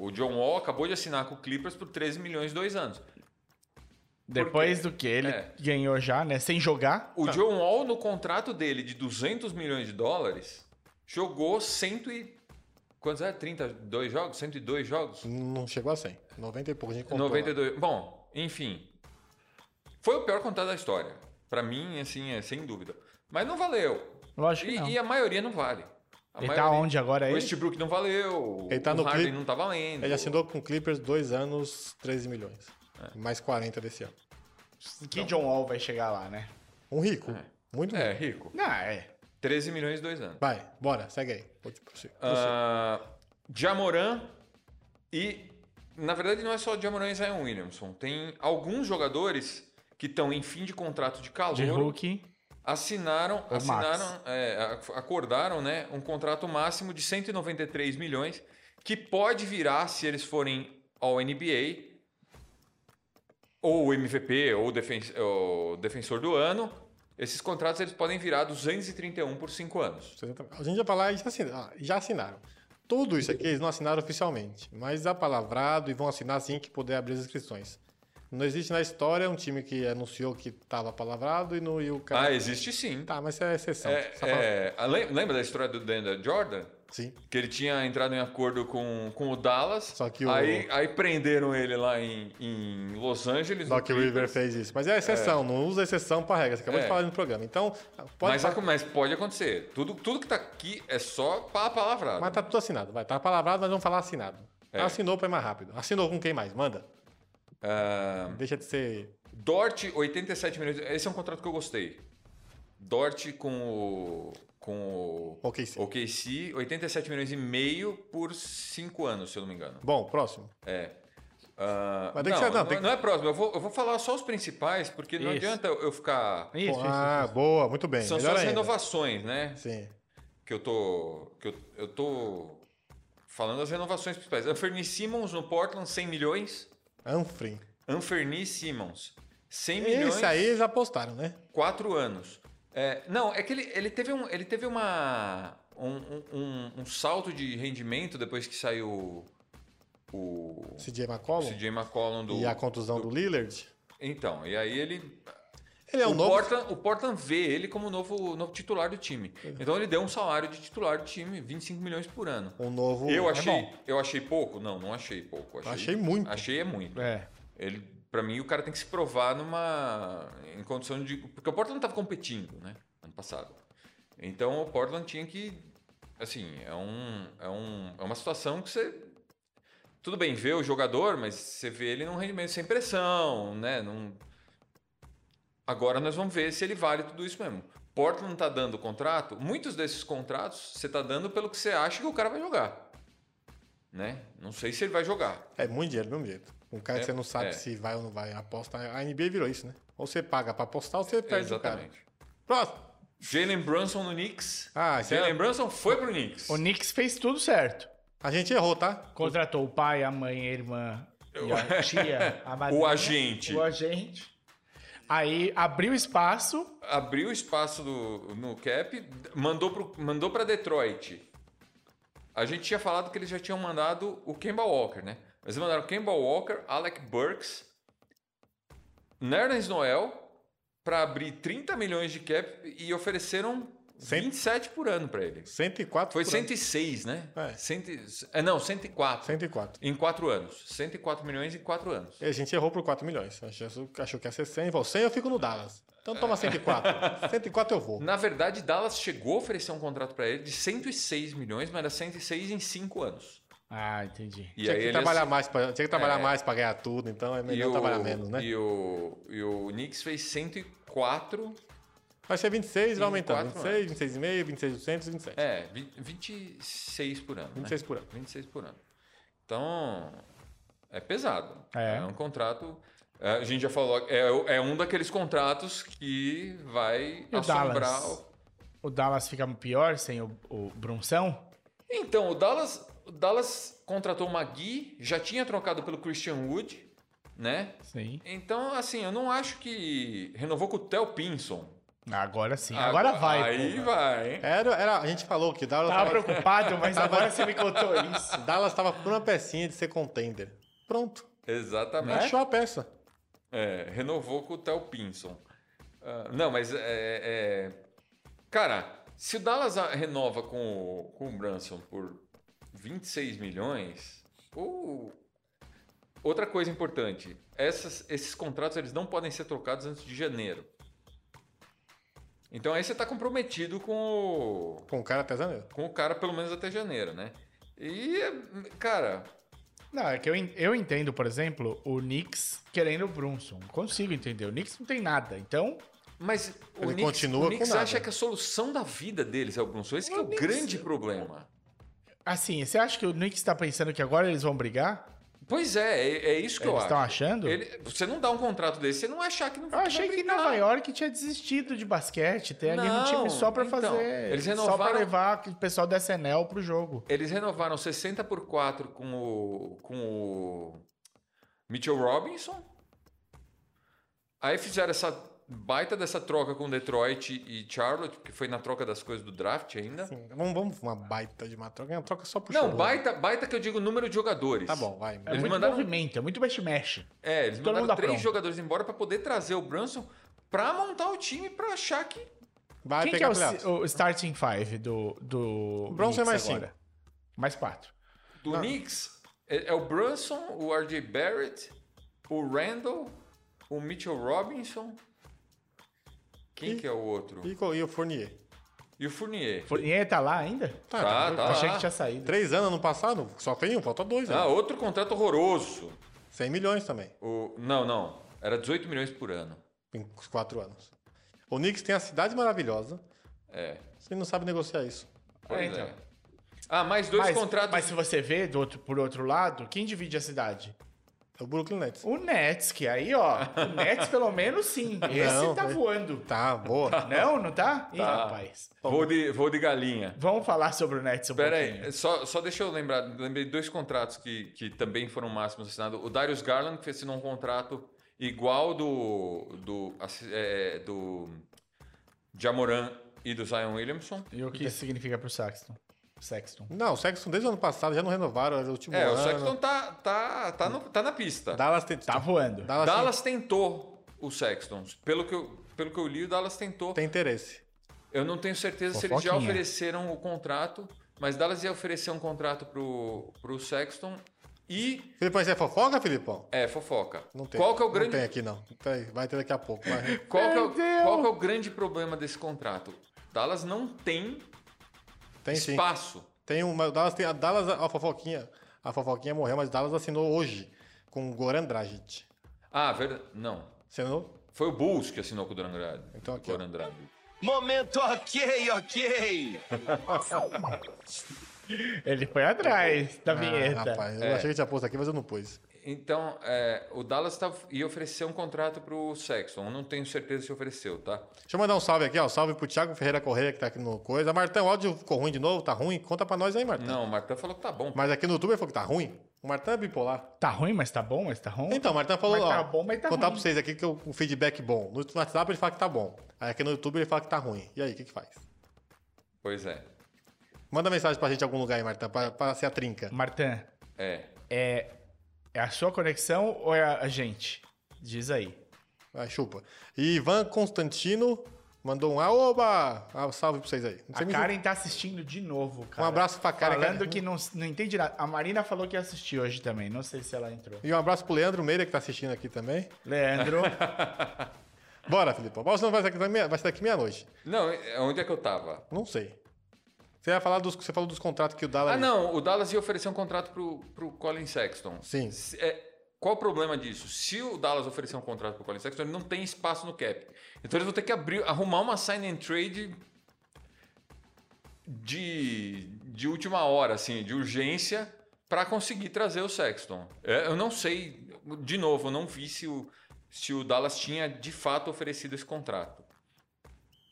S3: o- o John Wall acabou de assinar com o Clippers por 13 milhões dois anos.
S2: Depois do que ele
S3: É.
S2: ganhou já, né? Sem jogar.
S5: Tá.
S3: O John Wall, no contrato dele de 200 milhões de dólares, jogou 100 e... Quantos é? 32 jogos? 102 jogos?
S5: Não chegou a 100. 90 e pouco. A gente contou. né?
S3: 92... Bom, enfim. Foi o pior contrato da história. Pra mim, assim, é sem dúvida. Mas não valeu.
S2: Lógico que
S3: E,
S2: não.
S3: e a maioria não vale. A
S2: Ele tá
S3: maioria...
S2: onde agora
S3: O
S2: aí?
S3: Westbrook não valeu.
S5: Ele tá
S3: o
S5: no
S3: Harden
S5: Clip-
S3: não tá valendo.
S5: lá. Ele assinou com o Clippers dois anos, 13 milhões.
S3: É.
S5: Mais 40 desse ano.
S2: Que John Wall vai chegar lá, né?
S5: Um rico.
S3: É.
S5: Muito
S3: É,
S5: rico.
S3: rico.
S2: Não, é.
S3: 13 milhões e dois anos.
S5: Vai, bora, segue aí. Vou te prossi- prossi-
S3: Ah, Jamoran e. Na verdade, não é só Jamoran e Zion Williamson. Tem alguns jogadores que estão em fim de contrato de calor.
S2: De Hulk.
S3: Assinaram,
S2: Max.
S3: assinaram é, ac- acordaram né, um contrato máximo de 193 milhões, que pode virar, se eles forem ao NBA, ou o MVP ou o defen- ou o defensor do ano, esses contratos eles podem virar 231 por 5 anos.
S5: tá- A gente ia falar e já assina- ah, já assinaram. Tudo isso aqui eles não assinaram oficialmente, mas apalavrado e vão assinar assim que puder abrir as inscrições. Não existe na história um time que anunciou que estava apalavrado e, no, e o cara.
S3: Ah, existe sim.
S5: Tá, mas isso é exceção.
S3: É,
S5: Só fala-
S3: é, a- lem- lembra da história do Denda Jordan?
S5: Sim.
S3: Que ele tinha entrado em acordo com, com o Dallas.
S5: Só que o-
S3: aí, aí prenderam ele lá em, em Los Angeles.
S5: Só
S3: no
S5: que o
S3: Clippers.
S5: River fez isso. Mas é exceção, não usa exceção para regra. Você acabou
S3: É.
S5: de falar no programa. Então, pode
S3: Mas,
S5: falar-
S3: a- mas pode acontecer. Tudo, tudo que tá aqui é só para palavra.
S5: Mas tá tudo assinado, vai. Tá palavrado, mas vamos falar assinado.
S3: É.
S5: Assinou pra ir mais rápido. Assinou com quem mais? Manda.
S3: Ah.
S5: Deixa de ser.
S3: Dort, 87 milhões. Esse é um contrato que eu gostei. Dort com o. Com o.
S5: Ok, sim.
S3: OKC, 87 milhões e meio por 5 anos, se eu não me engano.
S5: Bom, próximo.
S3: É. Ah,
S5: Mas tem
S3: não,
S5: que ser- não,
S3: não,
S5: tem que-
S3: não é próximo. Eu vou, eu vou falar só os principais, porque não
S2: Isso.
S3: adianta eu eu ficar.
S2: Isso, isso,
S5: ah, boa, muito bem.
S3: São só
S5: Melhor
S3: as
S5: ainda.
S3: renovações, né?
S5: Sim.
S3: Que eu tô. Que eu, eu tô. Falando as renovações principais. Anferni Simmons no Portland, 100 milhões.
S5: Anfrim.
S3: Anferni Simmons, 100 milhões.
S5: Esse aí eles apostaram, né?
S3: Quatro anos. É, não, é que ele, ele teve, um, ele teve uma, um, um- um- um salto de rendimento depois que saiu o
S5: CJ McCollum.
S3: CJ McCollum do.
S5: e a contusão do, Lillard.
S3: Então, e aí ele.
S5: Ele é um
S3: o,
S5: novo.
S3: Portland, o Portland vê ele como o novo, novo titular do time. Então ele deu um salário de titular do time, 25 milhões por ano.
S5: Um novo.
S3: Eu
S5: é
S3: achei,
S5: bom.
S3: eu achei pouco? Não, não achei pouco. Achei,
S5: Achei muito.
S3: Achei é muito.
S2: É.
S3: Ele, para mim, o cara tem que se provar numa em condição de porque o Portland estava competindo, né, ano passado. Então o Portland tinha que, assim, é um, é um, é uma situação que você tudo bem vê o jogador, mas você vê ele num rendimento sem pressão, né? Num... Agora nós vamos ver se ele vale tudo isso mesmo. Portland tá dando contrato, muitos desses contratos você tá dando pelo que você acha que o cara vai jogar, né? Não sei se ele vai jogar.
S5: É muito dinheiro do mesmo jeito. Um cara
S3: É,
S5: que você não sabe
S3: é.
S5: se vai ou não vai aposta. A NBA virou isso, né? Ou você paga pra apostar ou você perde o cara.
S3: Exatamente.
S5: Próximo.
S3: Jalen Brunson no Knicks.
S5: Ah, esse
S3: Jalen
S5: é-
S3: Brunson foi pro Knicks.
S2: O Knicks fez tudo certo.
S5: A gente errou, tá?
S2: Contratou o pai, a mãe, a irmã, e a tia, a madrinha,
S3: O agente.
S2: O agente. Aí abriu espaço.
S3: Abriu espaço do- no cap, mandou, pro, mandou pra Detroit. A gente tinha falado que eles já tinham mandado o Kemba Walker, né? Mas eles mandaram Kemba Walker, Alec Burks, Nerlens Noel, pra abrir 30 milhões de cap e ofereceram
S5: Cem-
S3: 27 por ano pra ele.
S5: 104
S3: Foi
S5: por ano.
S3: 106, né?
S5: É.
S3: Cento e- é, não, 104.
S5: 104.
S3: Em quatro anos. 104 milhões em quatro anos.
S5: E A gente errou por 4 milhões. Achou, achou que ia ser 100, falou 100 eu fico no Dallas. Então toma 104. 104 eu vou.
S3: Na verdade, Dallas chegou a oferecer um contrato pra ele de 106 milhões, mas era 106 em cinco anos.
S2: Ah, entendi.
S3: E
S5: tinha,
S3: aí
S5: que
S3: ele
S5: trabalhar mais pra, tinha que trabalhar
S3: É.
S5: mais pra ganhar tudo, então é
S3: e
S5: melhor
S3: o-
S5: trabalhar menos, né?
S3: E o, e o Knicks fez 104,
S5: Vai ser 26, vai aumentando.
S3: 24, né?
S5: 26, 26,5, 26,800, 27.
S3: é, vi- 26 por ano. né?
S5: 26 por ano.
S3: 26 por ano. Então, é pesado.
S2: É.
S3: um contrato. é, A gente já falou, é, é um daqueles contratos que vai
S2: E o
S3: assombrar.
S2: Dallas?
S3: o-
S2: O Dallas fica pior sem o, o Brunção?
S3: Então, o Dallas, o Dallas contratou o Magui, já tinha trocado pelo Christian Wood, né?
S2: Sim.
S3: Então, assim, eu não acho que renovou com o Theo Pinson.
S2: Agora sim. Agora, vai.
S3: Aí
S2: pô.
S3: vai, hein?
S5: Era, era, a gente falou que Dallas
S2: Tava
S5: tava,
S2: preocupado, mas agora você me contou isso.
S5: Dallas tava por uma pecinha de ser contender. Pronto.
S2: É.
S3: Exatamente.
S5: Achou a peça.
S3: É, renovou com o Theo Pinson. Ah, não, mas é, é- Cara, se o Dallas a- renova com o, com o Brunson por 26 milhões. ou- Outra coisa importante: essas- esses contratos eles não podem ser trocados antes de janeiro. Então aí você está comprometido com o,
S5: Com o um cara artesanal.
S3: com o cara pelo menos até janeiro, né? E, cara,
S2: Não, é que eu, en- eu entendo, por exemplo, o Knicks querendo o Brunson. Consigo entender. O Knicks não tem nada. Então,
S3: mas o
S5: Ele
S3: Knicks, o
S5: continua
S3: Knicks
S5: com nada.
S3: acha que a solução da vida deles é o Brunson. Esse que é o grande problema.
S2: assim, você acha que o Knicks tá pensando que agora eles vão brigar?
S3: Pois é, é, é isso que
S2: eles
S3: eu
S2: estão
S3: acho.
S2: achando?
S3: Ele- você não dá um contrato desse, você não achar que não
S2: Eu
S3: vai
S2: achei que
S3: brigar.
S2: Nova York tinha desistido de basquete, ter ali um
S3: Não,
S2: time só pra
S3: então,
S2: fazer.
S3: eles
S2: Só pra
S3: renovaram-
S2: levar o pessoal da SNL pro jogo.
S3: Eles renovaram 60 por 4 com o, com o Mitchell Robinson Aí fizeram essa baita dessa troca com Detroit e Charlotte, que foi na troca das coisas do draft ainda.
S5: Sim, Assim, vamos, vamos uma baita de uma troca. Uma troca só por
S3: Não,
S5: chororô.
S3: baita, baita que eu digo número de jogadores.
S5: Tá bom, vai.
S2: É
S3: Eles
S2: muito
S3: mandaram-
S2: movimento, é muito mexe-mexe.
S3: É, eles
S2: Todo mundo
S3: mandaram três
S2: apronta.
S3: jogadores embora pra poder trazer o Brunson pra montar o time pra achar que. Ah,
S5: Vai
S2: Quem que é
S5: pegar
S2: o,
S5: playoffs.
S2: si- o starting five do, do
S5: O Bronson é
S2: Knicks
S5: mais
S2: agora? Mais quatro.
S3: Do Knicks é, é o Brunson, o RJ Barrett, o Randall, o Mitchell Robinson. Quem
S5: E-
S3: que é o outro?
S5: E, co- e o Fournier.
S3: E o Fournier.
S2: Fournier tá lá ainda?
S3: Tá,
S5: doido.
S3: tá.
S2: Achei
S3: lá.
S2: que tinha saído.
S5: Três anos ano passado, só tem um, falta dois.
S3: Ah,
S5: né?
S3: outro contrato horroroso.
S5: 100 milhões também,
S3: O... Não, não. Era 18 milhões por ano.
S5: em uns quatro anos. O Knicks tem a cidade maravilhosa,
S3: É.
S5: você não sabe negociar isso.
S3: Pois
S2: então.
S3: é. Ah, mais dois
S2: mas,
S3: contratos.
S2: mas se você vê do outro, por outro lado, quem divide a cidade?
S5: É o Brooklyn Nets.
S2: O Nets, que aí, ó. O Nets, pelo menos, sim. Esse
S5: Não,
S2: tá
S5: foi-
S2: voando.
S5: Tá, boa.
S2: Não, não tá? Ih,
S3: Tá.
S2: rapaz.
S3: Vou de, vou de galinha.
S2: Vamos falar sobre o Nets um
S3: Pera
S2: pouquinho.
S3: aí, só, só deixa eu lembrar. Lembrei dois contratos que, que também foram máximos assinados. O Darius Garland, que assinou um contrato igual do. do. assi- É, do Jamoran e do Zion Williamson.
S2: E o que isso significa pro Saxton? Sexton.
S5: Não, o Sexton desde o ano passado já não renovaram, era o último
S3: É,
S5: ano.
S3: o Sexton tá, tá, tá, no- tá na pista.
S5: Dallas tem...
S2: Tá voando.
S5: Dallas, tem-
S3: Dallas tentou o Sexton. Pelo que eu, pelo que eu li, o Dallas tentou.
S5: tem interesse.
S3: Eu não tenho certeza se eles já
S2: Fofoquinha.
S3: ofereceram o contrato, mas Dallas ia oferecer um contrato pro, pro Sexton e.
S5: Filipão, isso é fofoca, Filipão?
S3: É, fofoca.
S5: Não tem.
S3: Qual que é o
S5: Não
S3: grande.
S5: tem aqui, não. Peraí, vai ter daqui a pouco. vai.
S3: Qual que, é
S2: Meu
S3: o,
S2: Deus!
S3: qual que é o grande problema desse contrato? Dallas não tem
S5: Tem sim.
S3: espaço.
S5: Tem uma. Dallas tem a Dallas, a fofoquinha. A fofoquinha morreu, mas Dallas assinou hoje com o Goran Dragic.
S3: Ah, verdade. Não.
S5: Assinou?
S3: Foi o Bulls que assinou com o Duran Grade.
S5: Então aqui, ó.
S3: Goran Dragic.
S1: Momento ok, ok.
S2: Ele foi atrás da vinheta.
S5: Ah, rapaz,
S3: É.
S5: eu achei que tinha posto aqui, mas eu não pus.
S3: Então, é, o Dallas tá, ia oferecer um contrato pro Sexton. Eu não tenho certeza se ofereceu, tá?
S5: Deixa eu mandar um salve aqui, ó. Salve pro Thiago Ferreira Correia, que tá aqui no Coisa. Martão, o áudio ficou ruim de novo? Tá ruim? Conta pra nós aí, Martão.
S3: Não, o Martão falou que tá bom.
S5: Mas aqui no YouTube ele falou que tá ruim. O Martão é bipolar.
S2: Tá ruim, mas tá bom, mas tá ruim.
S5: Então, o Martão falou,
S2: Mas tá
S5: ó,
S2: bom, mas tá
S5: contar
S2: ruim.
S5: pra vocês aqui que é um feedback bom. No WhatsApp ele fala que tá bom. Aí aqui no YouTube ele fala que tá ruim. E aí, o que que faz?
S3: Pois é.
S5: Manda mensagem pra gente em algum lugar aí, Martão, pra, pra ser a trinca.
S2: Martin,
S3: É.
S2: é, é a sua conexão ou é a gente? Diz aí.
S5: Vai, chupa. E Ivan Constantino mandou um aoba! Ah, salve pra vocês aí. Não sei
S2: a
S5: me-
S2: Karen tá assistindo de novo, cara.
S5: Um abraço pra Karen.
S2: Falando
S5: Karen.
S2: que não, não entende nada. A Marina falou que ia assistir hoje também. Não sei se ela entrou.
S5: E um abraço pro Leandro Meira, que tá assistindo aqui também.
S2: Leandro,
S5: Bora, Filipão. Mas não vai ser daqui meia- vai ser daqui meia-noite.
S3: Não, é- onde é que eu tava?
S5: Não sei. Você vai falar dos. Você falou dos contratos que o Dallas.
S3: Ah, não. O Dallas ia oferecer um contrato pro, pro Colin Sexton.
S5: Sim.
S3: Se- é, qual o problema disso? Se o Dallas oferecer um contrato pro Colin Sexton, ele não tem espaço no cap. Então eles vão ter que abrir, arrumar uma sign and trade de, de última hora, assim, de urgência, para conseguir trazer o Sexton. É, eu não sei, de novo, eu não vi se o, se o Dallas tinha de fato oferecido esse contrato.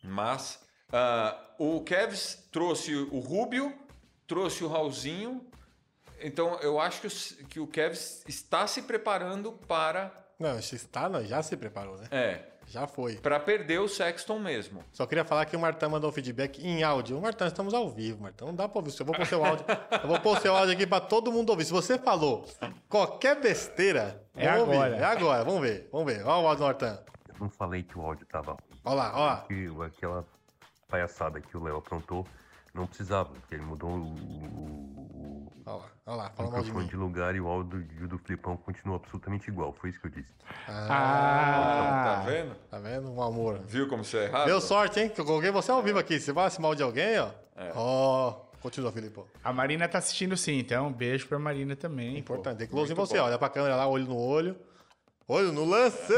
S3: Mas ah, o Cavs trouxe o Rubio, trouxe o Raulzinho. Então eu acho que o, que o Cavs está se preparando para
S5: Não, esse está, não, já se preparou, né?
S3: é,
S5: Já foi.
S3: para perder o Sexton mesmo.
S5: Só queria falar que o Martão mandou um feedback em áudio. Martão, estamos ao vivo, Martão. Não dá pra ouvir. isso. Eu vou pôr seu áudio. eu vou pôr seu áudio aqui pra todo mundo ouvir. Se você falou qualquer besteira,
S2: É
S5: vamos ouvir.
S2: agora.
S5: É agora, vamos ver. Vamos ver. Olha o áudio do Martão.
S4: Eu não falei que o áudio tava ruim.
S5: Olha lá, olha lá.
S4: Que aquela palhaçada que o Léo aprontou não precisava, porque ele mudou o, o- o
S5: Olha lá, olha lá. Fala mal de
S4: microfone
S5: mim.
S4: de lugar e o áudio do, do Flipão continua absolutamente igual. Foi isso que eu disse.
S3: Tá
S2: ah,
S3: vendo?
S5: Tá vendo? Um amor.
S3: Viu como isso é errado?
S5: Deu sorte, hein? Que eu coloquei você ao vivo aqui. Você vai se mal de alguém, ó.
S2: É.
S5: Ó. Continua, Filipão.
S2: a Marina tá assistindo sim, então um beijo pra Marina também. pô.
S5: Importante. Tem close em você. Olha pra câmera lá, olho no olho. Olho no lance.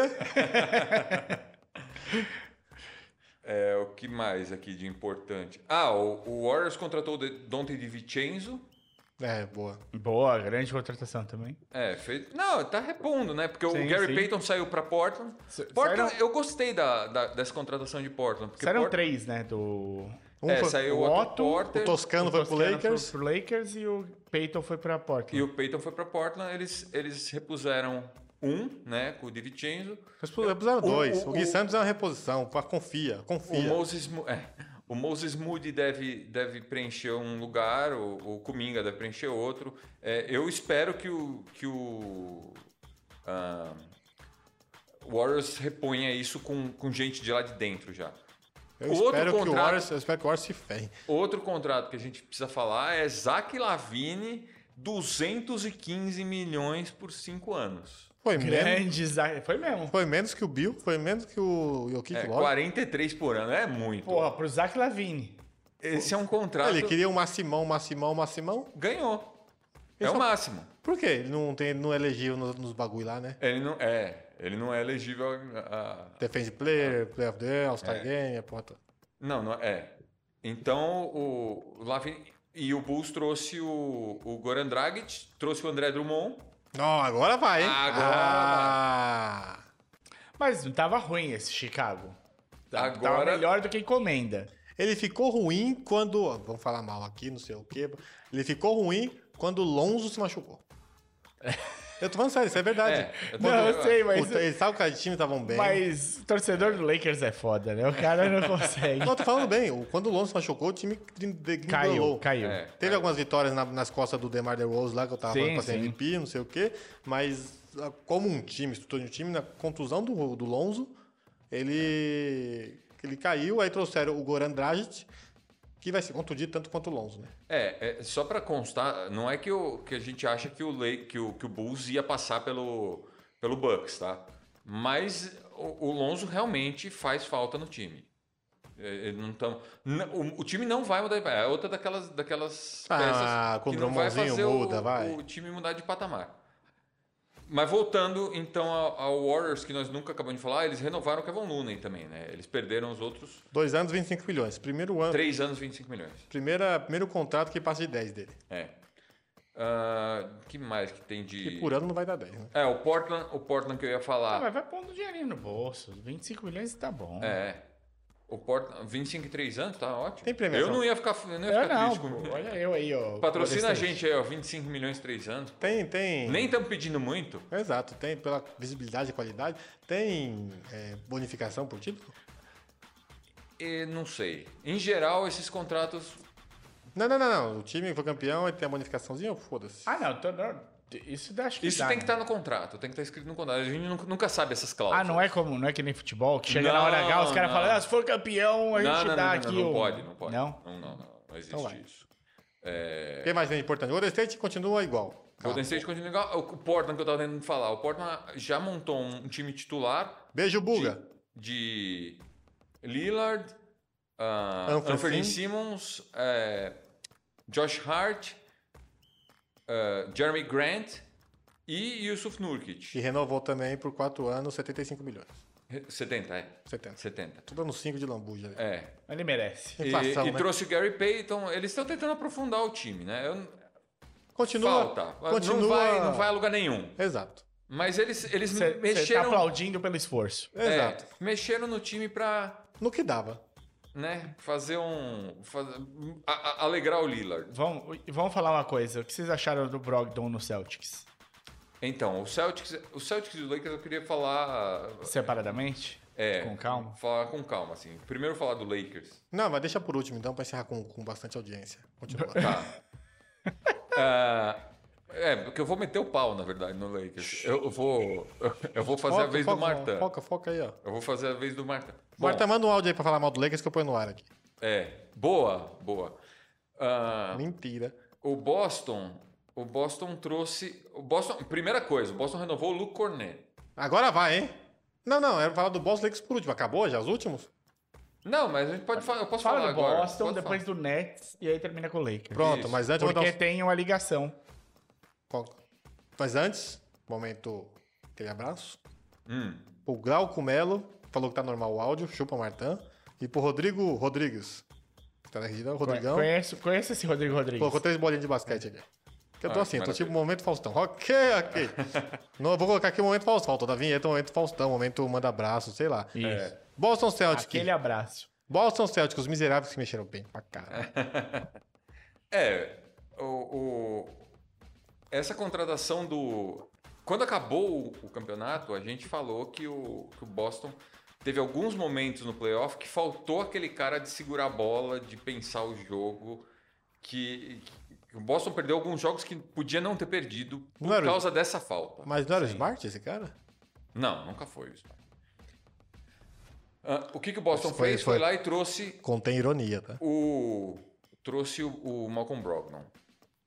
S3: É, o que mais aqui de importante? Ah, o, o Warriors contratou o De- Dante de Vincenzo.
S5: É, boa.
S2: Boa, grande contratação também.
S3: É, fez... Não, tá repondo, né? Porque
S2: Sim,
S3: o Gary
S2: sim.
S3: Payton saiu pra Portland.
S2: S-
S3: Portland
S2: saíram-
S3: eu gostei da, da- dessa contratação de Portland. Porque
S2: Serão
S3: Port-
S2: três, né? Do.
S5: Um
S3: É,
S5: foi-
S3: saiu
S2: o
S3: o
S2: Otto,
S3: Otto
S5: O
S3: Porter
S5: Toscano
S2: o
S5: foi pro
S2: Toscano
S5: Lakers.
S2: Foi pro Lakers e o Peyton foi pra
S3: e
S2: Portland.
S3: o Payton foi pra Portland. Eles, eles repuseram um, né? Com o David Chenzo.
S5: Mas puseram dois.
S3: o-
S5: O, Gui
S3: o-
S5: Santos é uma reposição. pá, Confia,
S3: O
S5: confia.
S3: Moses, Mo- é, o Moses Moody deve, deve preencher um lugar, o, o Kuminga deve preencher outro. É, eu espero que o, que o ah, Warriors reponha isso com, com gente de lá de dentro já.
S5: eu,
S3: outro
S5: espero que o
S3: contrato-
S5: Warriors, eu espero que o Warriors se ferre.
S3: Outro contrato que a gente precisa falar é Zach Lavine, 215 milhões por 5 anos.
S5: Foi menos,
S2: Grande Zach. Foi mesmo.
S5: foi menos que o Bill, foi menos que o Jokic
S3: É,
S5: é,
S3: 43 por ano, é muito.
S2: Porra, pro Zach Lavine.
S3: Esse é um contrato.
S5: Ele queria o Massimão, Massimão, Massimão.
S3: Ganhou.
S5: Ele
S3: É o
S5: só-
S3: máximo.
S5: Por quê? Ele não, tem, não elegiu nos, nos bagulho lá, né?
S3: Ele não é, ele não é elegível a, a-
S5: Defense Player, Play of the Year, All-Star
S3: É.
S5: Game, a porra toda.
S3: não, não é. Então o o Lavin e o Bulls trouxe o, o Goran Dragic, trouxe o André Drummond.
S5: Não, agora vai, hein?
S3: Agora
S5: Ah,
S2: Mas não tava ruim esse Chicago. Tava- Tava
S3: Agora-
S2: Tá, melhor do que encomenda.
S5: Ele ficou ruim quando... ó, Vamos falar mal aqui, não sei o quê. Ele ficou ruim quando o Lonzo se machucou. Eu tô falando sério, isso é verdade.
S3: É, eu tô-
S2: Não, eu sei, mas.
S5: Puta, eles estavam que os times estavam bem.
S2: Mas torcedor do Lakers é foda, né? O cara não consegue.
S5: Não, tô falando bem. o- Quando o Lonzo se machucou, o time trin-
S2: caiu,
S5: degringolou.
S2: caiu.
S3: É,
S5: Teve algumas vitórias na- nas costas do DeMar DeRozan lá, que eu tava
S2: Sim,
S5: falando pra ser
S2: sim.
S5: MVP, não sei o quê. Mas ah, como um time, estrutura de um time, na contusão do, do Lonzo, ele, ele caiu. Aí trouxeram o Goran Dragic, que vai ser contundido tanto quanto o Lonzo, né?
S3: é, é, só pra constar, não é que, o, que a gente acha que o, Le- que o que o Bulls ia passar pelo pelo Bucks, tá? Mas o, o Lonzo realmente faz falta no time. É, é, não tão, n- o, o time não vai mudar de patamar. É outra daquelas, daquelas
S5: Ah,
S3: peças
S5: com o
S3: que não vai
S5: Drummondzinho
S3: fazer o-
S5: muda, vai.
S3: o time mudar de patamar. Mas voltando então ao, ao Warriors, que nós nunca acabamos de falar, eles renovaram o Kevin Looney também, né? Eles perderam os outros
S5: Dois anos, 25 milhões. Primeiro ano,
S3: três anos, 25 milhões.
S5: primeira, primeiro contrato que passa de 10 dele.
S3: É. Ah, que mais que tem de...
S5: E por ano não vai dar 10, né?
S3: É, o Portland, o Portland que eu ia
S2: Ah,
S3: falar.
S2: mas vai pondo dinheirinho no bolso. 25 milhões tá bom.
S3: É. O Portland, 25 e 3 anos, tá ótimo.
S5: Tem premiação.
S3: Eu não ia ficar, eu não ia
S2: Eu
S3: ficar
S2: É, não,
S3: triste com...
S2: pô, é olha eu aí, ó.
S3: Patrocina a
S2: Golden State.
S3: gente aí, ó, 25 milhões, 3 anos.
S5: Tem, tem...
S3: Nem estamos pedindo muito.
S5: Exato, tem pela visibilidade e qualidade, tem é, bonificação por título?
S3: E não sei. Em geral, esses contratos
S5: Não, não, não, não. O time foi campeão e tem a bonificaçãozinha, foda-se.
S2: Ah, não, tô- não, isso dá, acho que
S3: Isso
S2: dá,
S3: tem que tá
S2: né?
S3: estar no contrato, tem que estar escrito no contrato. A gente nunca, nunca sabe essas cláusulas.
S2: Ah, não é como, não é que nem futebol, que chega na
S3: Não,
S2: hora H, os caras
S3: não.
S2: falam, ah, se for campeão, a
S3: Não,
S2: gente
S3: não, não,
S2: dá
S3: não,
S2: aqui
S3: não,
S2: o...
S3: pode, não pode.
S2: Não?
S3: Não, não, não, não existe
S5: Então vai.
S3: isso. É,
S5: O que mais tem de importante? O Golden State continua igual.
S3: Golden
S5: Cala.
S3: State continua igual. O Portland que eu tava tentando falar. O Portland já montou um time titular
S5: Beijo, Buga.
S3: de Lillard, ah,
S5: Anthony
S3: Anthony
S5: Sim.
S3: Simmons, eh, Josh Hart, eh, Jeremy Grant e Yusuf
S5: Que
S3: Nurkic.
S5: renovou também por 4 anos, 75 milhões.
S3: 70, é.
S5: 70.
S3: 70.
S5: Tô dando 5 de lambuja. ali.
S3: É,
S2: Ele merece.
S3: E,
S5: Inflação,
S3: e
S5: né?
S3: trouxe o Gary Payton. Eles estão tentando aprofundar o time, né? Eu-
S5: Continua.
S3: falta.
S5: Continua.
S3: Não, vai, não vai a lugar nenhum.
S5: Exato.
S3: Mas eles, eles
S2: Você tá
S3: mexeram.
S2: aplaudindo pelo esforço.
S3: é,
S5: Exato.
S3: mexeram no time pra
S5: No que dava.
S3: né, fazer um. faz- a- a- alegrar o Lillard.
S2: Vamos, vamos falar uma coisa, o que vocês acharam do Brogdon no Celtics?
S3: Então, o Celtics, o Celtics e o Lakers eu queria falar.
S2: Separadamente?
S3: É,
S2: Com calma?
S3: Falar com calma, assim. Primeiro falar do Lakers.
S5: Não, mas deixa por último, então, pra encerrar com, com bastante audiência. Continua.
S3: Tá. Ah, é, porque eu vou meter o pau, na verdade, no Lakers. Eu vou, eu vou fazer a vez do Martin.
S5: Foca, foca aí, ó.
S3: Eu vou fazer a vez do Marta.
S5: Marta, manda um áudio aí pra falar mal do Lakers que eu ponho no ar aqui.
S3: É, boa, boa. Ah,
S5: Mentira.
S3: o Boston, o Boston trouxe, o Boston, primeira coisa, o Boston renovou o Luke Cornet.
S5: Agora vai, hein? Não, não, era pra falar do Boston Lakers por último. Acabou já, os últimos?
S3: Não, mas a gente pode falar, eu posso
S2: Fala
S3: falar
S2: do
S3: agora.
S2: Boston,
S3: Posso
S2: depois
S3: falar.
S2: do Nets, e aí termina com o Lakers.
S5: Pronto,
S3: Isso,
S5: mas antes eu vou
S2: Porque
S5: dar um...
S2: tem uma ligação.
S5: qual- Mas antes, momento, aquele abraço.
S3: Hum,
S5: Pro Glauco Melo, falou que tá normal o áudio, chupa Martã. E pro Rodrigo Rodrigues. Tá na região? Rodrigão.
S2: Conheço, conheço esse Rodrigo Rodrigues.
S5: Colocou três bolinhas de basquete ali. Que eu tô
S3: Ah,
S5: assim,
S3: que
S5: tô
S3: maravilha.
S5: tipo momento Faustão. Ok, ok. Não, eu vou colocar aqui o momento Faustão, toda vinheta, momento Faustão, momento manda abraço, sei lá.
S2: Isso.
S5: Boston Celtics.
S2: Aquele abraço.
S5: Boston Celtics, os miseráveis que se mexeram bem pra caralho.
S3: É, o, o- essa contratação do Quando acabou o, o campeonato, a gente falou que o, que o Boston teve alguns momentos no playoff que faltou aquele cara de segurar a bola, de pensar o jogo, que, que o Boston perdeu alguns jogos que podia não ter perdido por
S5: Não era o-
S3: causa dessa falta.
S5: Mas não era o
S3: Sim.
S5: Smart esse cara?
S3: Não, nunca foi o Smart. Ah, o que, que o Boston
S5: Foi-
S3: fez? Foi,
S5: foi-
S3: lá e trouxe
S5: Contém ironia, tá?
S3: o trouxe o, o Malcolm Brogdon.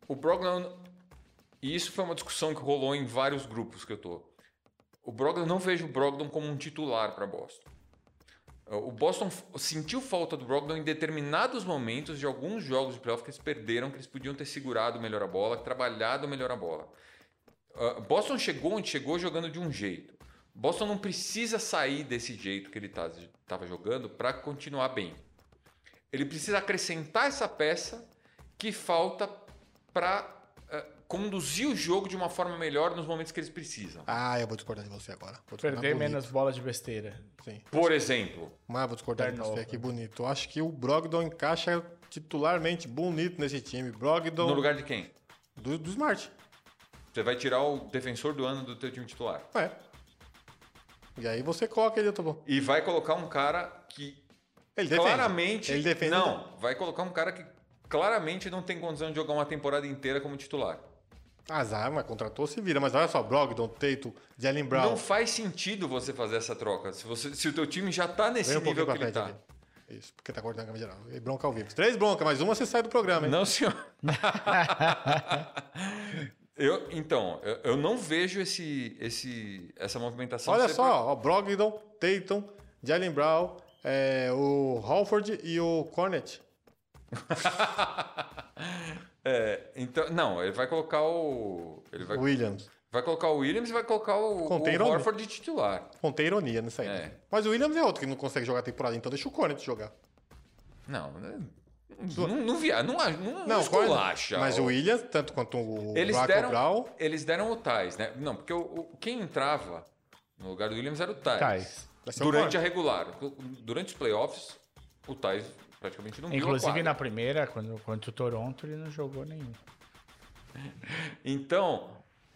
S3: O Brogdon e isso foi uma discussão que rolou em vários grupos que eu tô. O Brogdon não vejo o Brogdon como um titular para Boston. É, O Boston f- sentiu falta do Brogdon em determinados momentos de alguns jogos de playoff que eles perderam, que eles podiam ter segurado melhor a bola, trabalhado melhor a bola. Ah, Boston chegou onde chegou jogando de um jeito. Boston não precisa sair desse jeito que ele estava jogando para continuar bem. Ele precisa acrescentar essa peça que falta para conduzir o jogo de uma forma melhor nos momentos que eles precisam.
S5: Ah, eu vou discordar de você agora. Vou discordar
S2: Perder
S5: Tá bonito,
S2: menos bola de besteira.
S5: Sim.
S3: Por exemplo,
S5: Mas vou discordar de você
S2: Turnover.
S5: aqui, bonito. Eu acho que o Brogdon encaixa titularmente bonito nesse time. Brogdon
S3: no lugar de quem?
S5: do, do Smart.
S3: Você vai tirar o defensor do ano do teu time titular.
S5: É. E aí você coloca ele, tá bom.
S3: E vai colocar um cara que
S5: Ele defende.
S3: claramente.
S5: Ele defende.
S3: Não, vai colocar um cara que claramente não tem condição de jogar uma temporada inteira como titular.
S5: Azar, mas contratou, se vira. Mas olha só, Brogdon, Tatum, Jalen Brown. um
S3: Não faz sentido você fazer essa troca. Se, você, se o teu time já tá nesse
S5: Vem um pouquinho
S3: nível que
S5: pra
S3: ele
S5: frente
S3: tá.
S5: aqui. Isso, porque tá cortando a câmera geral. E bronca ao vivo. Três broncas, mais uma você sai do programa, hein?
S3: Não, senhor. eu, então, eu, eu não vejo esse, esse, essa movimentação.
S5: Olha
S3: ser
S5: só, ó, Brogdon, Tatum, Jalen Brown, é, o Halford e o Cornet.
S3: É, então, não, ele vai colocar o. Ele vai,
S5: Williams.
S3: vai colocar o Williams e vai colocar o,
S5: Contei
S3: o
S5: nome.
S3: Horford de titular.
S5: Contei ironia nisso aí. né?
S3: É.
S5: Mas o Williams é outro que não consegue jogar a temporada, então deixa o Cornet jogar.
S3: Não, né? não, não via, não, a- não, não
S5: Não, Cornet.
S3: esculacha.
S5: Mas o
S3: ó.
S5: Williams, tanto quanto o
S3: eles
S5: Bracco
S3: deram,
S5: Brown,
S3: eles deram o Tais, né? Não, porque o, o- quem entrava no lugar do Williams era o Tais.
S2: Tais.
S5: vai ser é o
S3: Durante a
S5: Cornet.
S3: regular. Durante os playoffs, o Tais praticamente não viu a
S2: Inclusive
S3: quadra.
S2: na primeira, quando, contra o Toronto, ele não jogou nenhum.
S3: Então,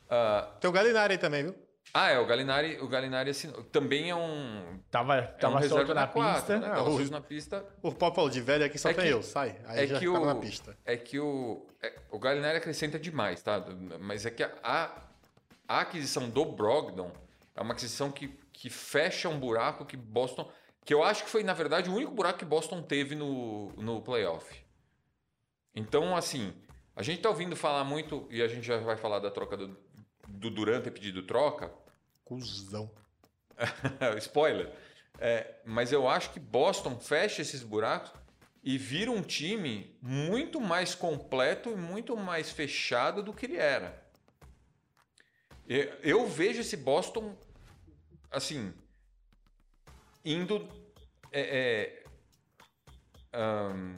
S3: ah,
S5: Tem o Galinari aí também, viu?
S3: ah, é, o Galinari, o Galinari assinou. também é um,
S2: Tava,
S3: é um
S2: tava
S3: reserva
S2: solto na
S3: na quadra,
S2: pista.
S3: né? Tava
S5: Ah, o-
S3: solto na pista.
S5: O Pop falou de velho aqui só
S3: É
S5: tem
S3: que-
S5: eu, sai. Aí
S3: é
S5: já
S3: que
S5: ficava
S3: o-
S5: na pista.
S3: É que o, é- o Galinari acrescenta demais, tá? Mas é que a, a aquisição do Brogdon é uma aquisição que, que fecha um buraco que Boston. Que eu acho que foi, na verdade, o único buraco que Boston teve no, no playoff. Então, assim, a gente tá ouvindo falar muito, e a gente já vai falar da troca do, do Durant ter pedido troca.
S5: Cusão.
S3: Spoiler. É, mas eu acho que Boston fecha esses buracos e vira um time muito mais completo e muito mais fechado do que ele era. E- Eu vejo esse Boston, assim, indo. é, é, ahn,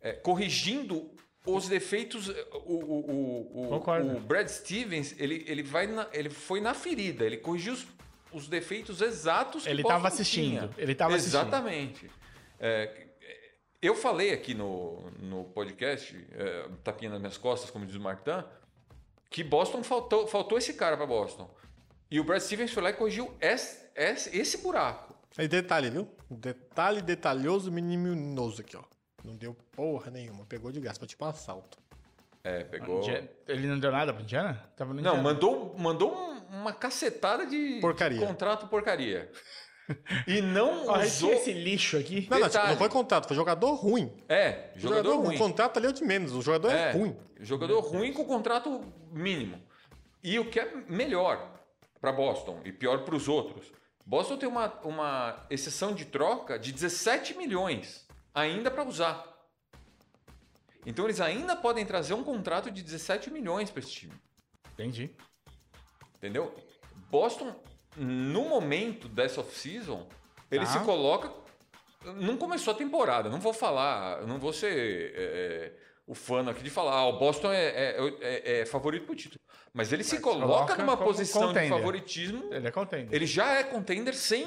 S3: é, corrigindo os defeitos. é, O, o- o- o-
S2: Concordo.
S3: o Brad Stevens, ele, ele, vai na- ele foi na ferida, ele corrigiu os, os defeitos exatos que
S2: Ele
S3: Boston
S2: tava assistindo.
S3: tinha.
S2: Ele tava assistindo.
S3: Exatamente. É, eu falei aqui no, no podcast, é, tapinha nas minhas costas, como diz o Martin, que Boston faltou, faltou esse cara para Boston. E o Brad Stevens foi lá e corrigiu esse, esse, esse buraco.
S5: E detalhe, viu? Detalhe detalhoso, miniminoso aqui, ó. Não deu porra nenhuma. Pegou de graça, foi tipo um assalto.
S3: É, pegou.
S2: Indi- Ele não deu nada pro Indiana? Tava no
S3: Não,
S2: Indiana.
S3: mandou, mandou um- uma cacetada de
S5: Porcaria.
S3: de contrato porcaria. E não
S2: Ó,
S3: usou.
S2: retira esse lixo aqui.
S5: Não, não, tipo,
S3: Detalhe.
S5: não foi contrato, foi jogador ruim.
S3: É, jogador, ruim.
S5: O contrato ali é o de menos, o jogador é, ruim.
S3: Jogador ruim com contrato mínimo. E o que é melhor para Boston e pior para os outros. Boston tem uma, uma exceção de troca de 17 milhões ainda para usar. Então eles ainda podem trazer um contrato de 17 milhões para esse time.
S2: Entendi.
S3: Entendeu? Boston, no momento dessa off-season, ele
S2: Tá.
S3: se coloca. Não começou a temporada, não vou falar, não vou ser é, é, o fã aqui de falar, ah, o Boston é, é- é- é favorito pro título. Mas ele se coloca,
S2: coloca
S3: numa
S2: como
S3: posição
S2: contender.
S3: de favoritismo,
S2: Ele é contente.
S3: ele já é contender sem,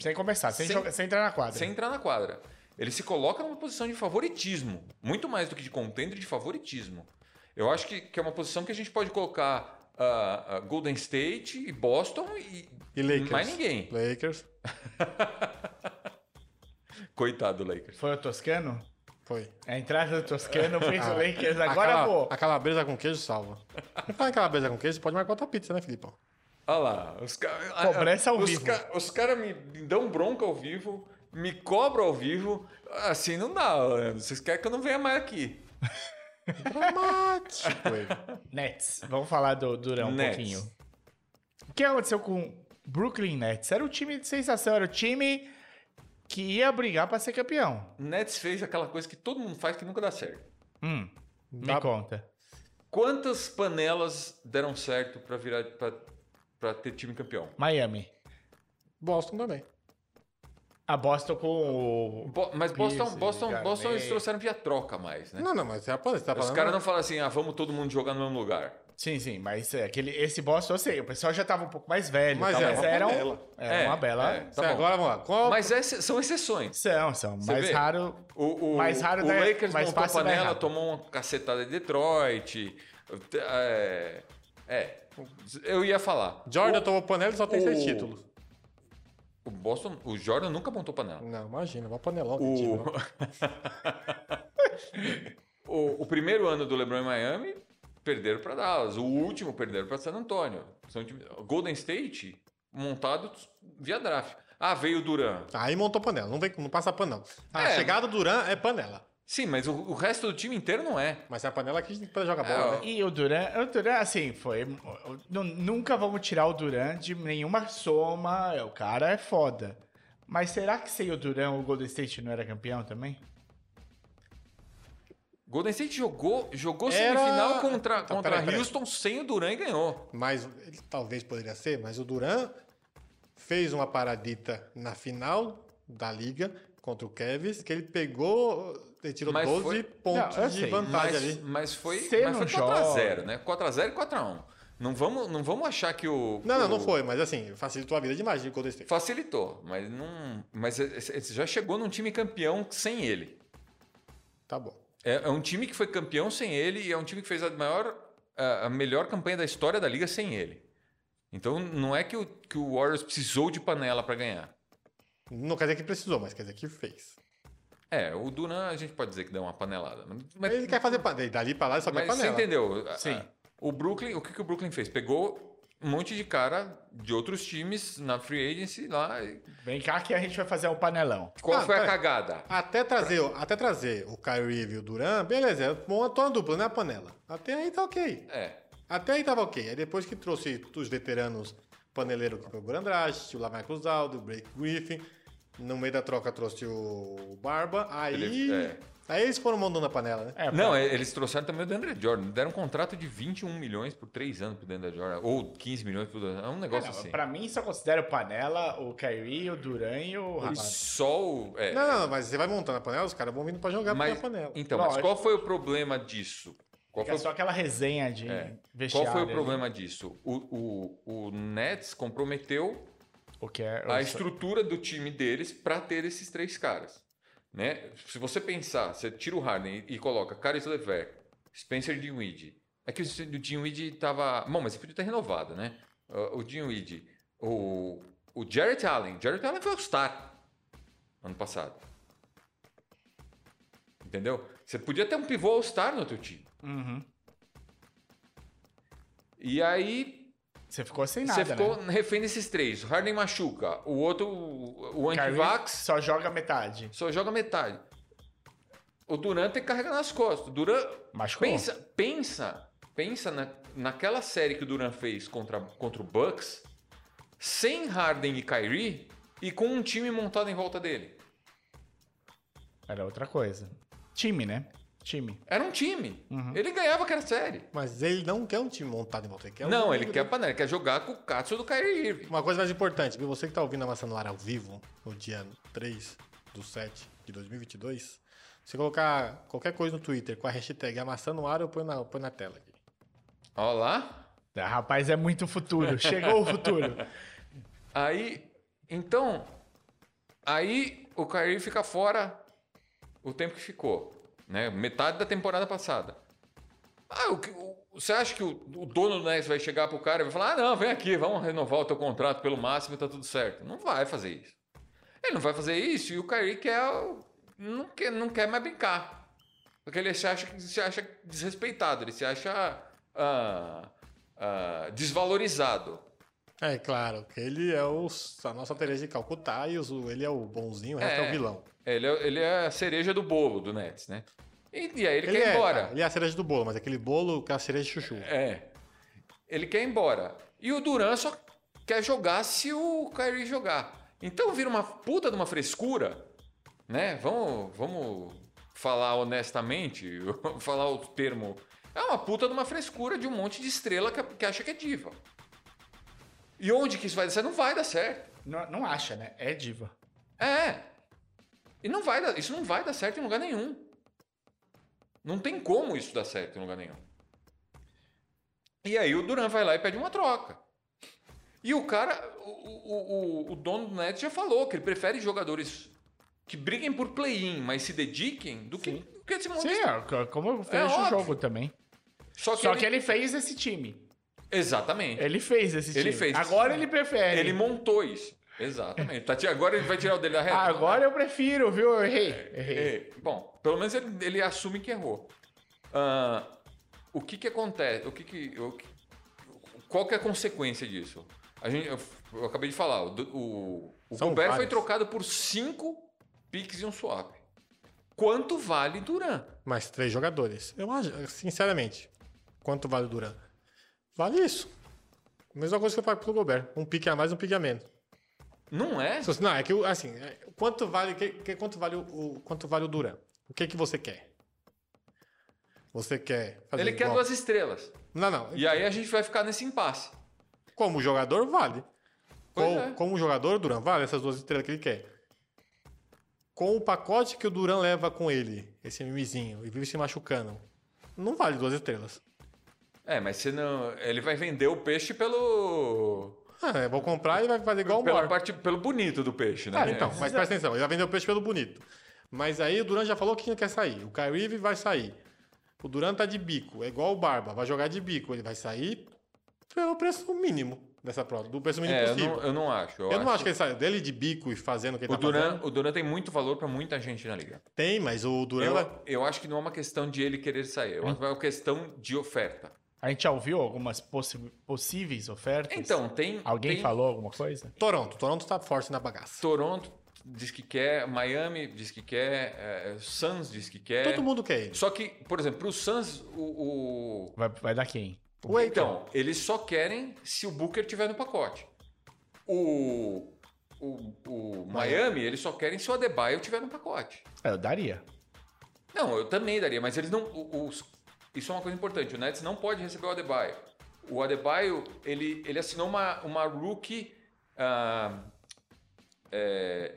S2: Sem começar, sem,
S3: Sem-
S2: joga- sem entrar na quadra.
S3: sem entrar na quadra. Ele se coloca numa posição de favoritismo, muito mais do que de contender, de favoritismo. Eu acho que, que é uma posição que a gente pode colocar ah, ah, Golden State e Boston e
S5: E Lakers.
S3: mais ninguém.
S5: Lakers.
S3: Coitado do Lakers.
S2: Foi o Toscano? É
S5: Foi.
S2: A entrada do Toscano fez o
S5: Ah,
S2: Lakers
S5: a,
S2: agora,
S5: cala-
S2: pô.
S5: a calabresa com queijo salva. Não fala em calabresa com queijo, você pode marcar outra pizza, né, Filipão?
S3: Olha Ah lá, os caras.
S2: Cobrança ao
S3: os
S2: vivo.
S3: ca- os caras me dão bronca ao vivo, me cobram ao vivo. Assim não dá, Leandro. Vocês querem que eu não venha mais aqui.
S5: Dramático, ele.
S2: Nets. Vamos falar do Durão um
S3: Nets.
S2: pouquinho. O que aconteceu com Brooklyn Nets? Era o time de sensação, era o time que ia brigar pra ser campeão.
S3: Nets fez aquela coisa que todo mundo faz que nunca dá certo.
S2: Hum, me
S5: Dá-
S2: conta.
S3: Quantas panelas deram certo pra virar pra, pra ter time campeão?
S2: Miami.
S5: Boston também.
S2: A Boston com o...
S3: Bo- mas Boston,
S2: Pierce,
S3: Boston,
S2: Garnett.
S3: Boston eles trouxeram via troca mais, né?
S5: Não, não, mas você, rapaz, você tá
S3: Os
S5: falando.
S3: caras não falam assim, ah, vamos todo mundo jogar no mesmo lugar.
S2: Sim, sim, mas é aquele, esse Boston eu sei, o pessoal já tava um pouco mais velho,
S5: Mas
S2: mas,
S5: era
S2: mas
S5: uma
S2: era, um-
S5: panela.
S2: era
S3: É,
S2: uma bela...
S3: é.
S5: Você
S3: tá bom.
S5: agora, vamos lá. Qual-
S3: Mas essas são exceções.
S2: São, são.
S3: Você
S2: mais
S3: vê?
S2: raro...
S3: O, o,
S2: Mais raro
S3: o
S2: dá-
S3: Lakers
S2: mais
S3: montou a
S2: fácil dá
S3: panela,
S2: errado.
S3: tomou uma cacetada de Detroit. É, é, eu ia falar.
S5: Jordan tomou panela e só tem
S3: o-
S5: seis títulos.
S3: O Boston, o Jordan nunca montou panela.
S5: Não, imagina, uma panelão. de
S3: O...
S5: título.
S3: o, o primeiro ano do LeBron em Miami, perderam para Dallas. O último, perderam para San Antônio. São time- Golden State, montado via draft. Ah, veio o Duran.
S5: Aí montou panela, não, vem, não passa panão. A
S3: É.
S5: chegada do Duran é panela.
S3: Sim, mas o, o resto do time inteiro não é.
S5: Mas é a panela que a gente tem que jogar bola,
S3: É,
S5: né?
S2: E o Duran, o Duran, assim, foi. nu- Nunca vamos tirar o Duran de nenhuma soma. O cara é foda. Mas será que sem o Duran o Golden State não era campeão também?
S3: Golden State jogou, jogou
S5: Era-
S3: semifinal contra,
S5: Então,
S3: contra
S5: peraí, peraí.
S3: Houston sem o Duran e ganhou.
S5: Mas ele talvez poderia ser, mas o Duran fez uma paradita na final da liga contra o Cavs, que ele pegou, ele tirou
S3: Mas
S5: 12
S3: foi-
S5: pontos
S2: Não, eu
S5: de
S2: sei,
S3: Mas,
S5: vantagem Tá, ali.
S3: mas foi,
S2: Você
S3: mas foi
S2: não joga.
S3: 4x0, né? 4x0 e 4x1. Não vamos, não vamos achar que o.
S5: Não, não,
S3: o-
S5: não foi, mas assim, facilitou a vida demais de Golden State.
S3: Facilitou, mas não. Mas esse- esse já chegou num time campeão sem ele.
S5: Tá bom.
S3: É, é um time que foi campeão sem ele e é um time que fez a maior, a, a melhor campanha da história da liga sem ele. Então não é que o, que o Warriors precisou de panela para ganhar.
S5: Não quer dizer que precisou, mas quer dizer que fez.
S3: É, o Duran a gente pode dizer que deu uma panelada. Mas,
S5: Mas ele quer fazer panela. Dali pra lá ele só
S3: mas
S5: quer
S3: você
S5: panela.
S3: entendeu? A-
S2: Sim.
S3: a- O Brooklyn, o que, que o Brooklyn fez? Pegou um monte de cara de outros times na free agency lá. e
S2: Vem cá que a gente vai fazer um panelão.
S3: Qual
S5: Ah,
S3: foi a
S5: peraí.
S3: cagada?
S5: Até trazer, o- até trazer o Kyrie e o Duran, beleza, montou uma dupla, né? A panela. Até aí tá ok.
S3: É.
S5: Até aí tava ok. Aí depois que trouxe os veteranos paneleiro que foi o Brandrach, o Lamarcus Aldo, o Blake Griffin, no meio da troca trouxe o Barba, aí.
S3: Ele- é.
S5: Aí eles foram mandando a panela, né?
S2: É,
S3: Não,
S2: pô,
S3: é- eles trouxeram também o Deandre Jordan. Deram um contrato de 21 milhões por 3 anos pro Deandre Jordan. Ou 15 milhões por 2 anos. É um negócio
S2: não,
S3: assim.
S2: Pra mim, só considero panela o Kyrie, o Duran e o
S3: E
S2: Rapaz.
S3: só o... é,
S5: Não, não, não, mas você vai montando a panela, os caras vão vindo pra jogar
S3: mas,
S5: pela panela.
S3: Então, mas
S2: Lógico.
S3: qual foi o problema disso? Qual
S2: Fica
S3: foi,
S2: só aquela resenha de
S3: É.
S2: vestiário.
S3: qual foi o
S2: ali.
S3: problema disso? O, o, o Nets comprometeu
S2: O que é,
S3: a estrutura do time deles para ter esses três caras. Né? Se você pensar, você tira o Harden e, e coloca Caris Lever, Spencer Dinwiddie. É que o Dinwiddie tava... Bom, mas ele podia ter renovado, né? Ah, o Dinwiddie, o, o Jarrett Allen. Jarrett Allen foi o star ano passado. Entendeu? Você podia ter um pivô all-star no teu time.
S2: Uhum.
S3: E aí
S2: Você ficou sem nada,
S3: você ficou
S2: né?
S3: refém desses três. O Harden machuca. O outro, o, o
S2: Kyrie
S3: anti-vax.
S2: só joga metade.
S3: Só joga metade. O Duran tem que carregar nas costas. O Duran.
S2: Machucou.
S3: Pensa, pensa, pensa na, naquela série que o Duran fez contra, contra o Bucks, sem Harden e Kyrie, e com um time montado em volta dele.
S2: Era outra coisa. Time, né? Time.
S3: Era um time.
S2: Uhum.
S3: Ele ganhava aquela série.
S5: Mas ele não quer um time montado em volta, ele quer um
S3: Não,
S5: time
S3: ele
S5: do-
S3: quer a panela, ele quer jogar com o Katsu do Kyrie Irving.
S5: Uma coisa mais importante, viu? Você que tá ouvindo a Maçã no Ar ao vivo, no dia 3 do 7 de 2022, se colocar qualquer coisa no Twitter com a hashtag Amassando no Ar, eu ponho na, eu ponho na tela aqui.
S3: Olha lá.
S2: Ah, Rapaz, é muito futuro. Chegou o futuro.
S3: Aí, então, aí o Kyrie fica fora o tempo que ficou, né? Metade da temporada passada. Ah, o, que- o- Você acha que o, o dono do Nets vai chegar pro cara e vai falar: ah, não, vem aqui, vamos renovar o teu contrato pelo máximo e tá tudo certo? Não vai fazer isso. Ele não vai fazer isso e o Kyrie quer, o- não, quer, não quer mais brincar. Porque ele se acha, se acha desrespeitado, ele se acha ah, ah, desvalorizado.
S5: É claro, que ele é o, a nossa Teresa de Calcutá e o, ele é o bonzinho, o resto é,
S3: É.
S5: o vilão.
S3: Ele é, ele é a cereja do bolo do Nets, né? E, e aí ele, quer ir
S5: é,
S3: embora.
S5: cara, ele é a cereja do bolo, mas aquele bolo que é a cereja de chuchu.
S3: É. Ele quer ir embora. E o Duran só quer jogar se o Kyrie jogar. Então vira uma puta de uma frescura, né? Vamos, vamos falar honestamente, falar o termo. É uma puta de uma frescura de um monte de estrela que, que acha que é diva. E onde que isso vai dar certo? Não vai dar certo.
S2: Não, não acha, né? É diva.
S3: É. E não vai dar, isso não vai dar certo em lugar nenhum. Não tem como isso dar certo em lugar nenhum. E aí o Duran vai lá e pede uma troca. E o cara, o, o, o, o dono do Nets já falou que ele prefere jogadores que briguem por play-in, mas se dediquem, do que,
S2: Sim.
S3: do que esse monte
S2: Sim,
S3: de-
S2: ó, co- como fez o
S3: É óbvio.
S2: jogo também.
S3: Só que,
S2: Só
S3: ele,
S2: que ele fez esse time.
S3: Exatamente.
S2: Ele fez esse time.
S3: Ele fez. É.
S2: Agora ele prefere.
S3: Ele montou isso. Exatamente. Tá, ti- agora ele vai tirar o dele da reta.
S2: Ah, agora eu prefiro, viu? Eu errei. errei.
S3: É, bom, pelo menos ele, ele assume que errou. Ah, o que que acontece? O que que, o que- qual que é a consequência disso? A gente, eu, eu acabei de falar, o, do- o, o
S5: São
S3: Gobert foi
S5: vários.
S3: trocado por cinco picks e um swap. Quanto vale Duran?
S5: Mais três jogadores. Eu acho, sinceramente, quanto vale o Duran? Vale isso. Mesma coisa que eu pago pro Gobert. Um pique a mais, um pique a menos.
S3: Não é?
S5: Se você- Não, é que o- assim, é, quanto vale, que, que- quanto vale o, o- quanto vale o Duran? O que que você quer? Você quer fazer
S3: Ele quer
S5: igual-
S3: duas estrelas.
S5: Não, não.
S3: E aí a gente vai ficar nesse impasse.
S5: Como jogador vale.
S3: Pois
S5: Com-
S3: é.
S5: Como jogador, o Duran vale essas duas estrelas que ele quer. Com o pacote que o Duran leva com ele, esse mimizinho, e vive se machucando, não vale duas estrelas.
S3: É, mas você não, ele vai vender o peixe pelo
S5: Ah, eu vou comprar e vai fazer igual o
S3: pela
S5: Mor.
S3: parte pelo bonito do peixe, né?
S5: Cara, então, mas presta atenção, ele vai vender o peixe pelo bonito. Mas aí o Duran já falou que não quer sair. O Kyrie Irving vai sair. O Duran tá de bico, é igual o Barba, vai jogar de bico. Ele vai sair pelo preço mínimo dessa prova, do preço mínimo
S3: É, eu
S5: possível.
S3: não, eu não acho. Eu,
S5: Eu, não acho que ele saia dele de bico e fazendo o que ele
S3: O
S5: tá
S3: Duran,
S5: fazendo.
S3: o Duran tem muito valor pra muita gente na liga.
S5: Tem, mas o Hum. Duran
S3: Eu,
S5: vai-
S3: eu acho que não é uma questão de ele querer sair, eu acho que é uma questão de oferta.
S2: A gente já ouviu algumas possi- possíveis
S5: É
S2: ofertas?
S3: Então, tem.
S2: Alguém
S3: tem
S2: falou alguma coisa?
S5: Toronto, Toronto tá forte na bagaça.
S3: Toronto diz que quer, Miami diz que quer, é, Suns diz que quer.
S5: Todo mundo quer ele.
S3: Só que, por exemplo, pro Suns, o. o-
S2: Vai, vai dar quem?
S5: O Aiton.
S3: Então, eles só querem se o Booker tiver no pacote. O. O, o Miami, eles só querem se o Adebayo tiver no pacote.
S2: É, eu daria.
S3: Não, eu também daria, mas eles não. o- os- isso é uma coisa importante. O Nets não pode receber o Adebayo. O Adebayo, ele, ele assinou uma, uma rookie. ah, é,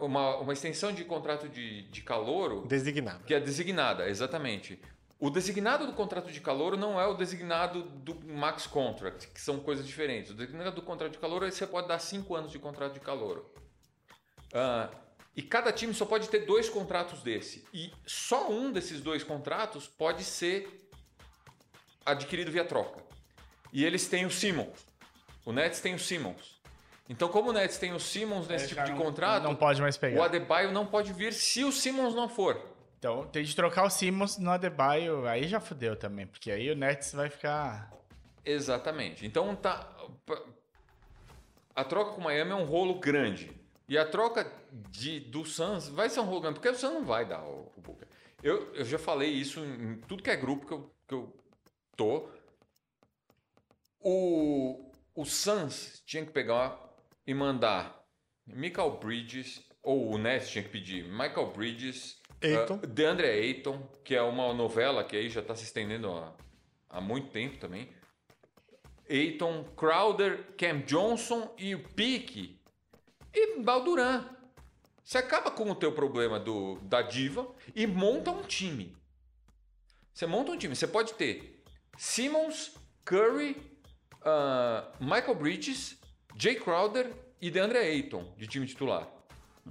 S3: uma, uma extensão de contrato de, de calouro
S5: Designado.
S3: que é designada, exatamente. O designado do contrato de calor não é o designado do max contract, que são coisas diferentes. O designado do contrato de calor você pode dar 5 anos de contrato de calor. Ah, e cada time só pode ter dois contratos desse. E só um desses dois contratos pode ser adquirido via troca. E eles têm o Simmons. O Nets tem o Simmons. Então, como o Nets tem o Simmons nesse
S2: É,
S3: tipo
S2: já
S3: de
S2: não-
S3: contrato,
S2: Não pode mais pegar.
S3: o Adebayo não pode vir se o Simmons não for.
S2: Então tem de trocar o Simmons no Adebayo. Aí já fudeu também, porque aí o Nets vai ficar.
S3: Exatamente. Então tá. A troca com o Miami é um rolo grande. E a troca de, do Suns vai ser um rolo grande, porque o Suns não vai dar o, o Booker. Eu, eu já falei isso em tudo que é grupo que eu, que eu tô. O, o Suns tinha que pegar e mandar Michael Bridges, ou o Nets tinha que pedir Michael Bridges,
S5: Ayton.
S3: ah, DeAndre Ayton, que é uma novela que aí já está se estendendo há, há muito tempo também. Ayton, Crowder, Cam Johnson e o Pique e Balduran. Você acaba com o teu problema do, da diva e monta um time. Você monta um time. Você pode ter Simmons, Curry, ah, Michael Bridges, Jay Crowder e DeAndre Ayton de time titular.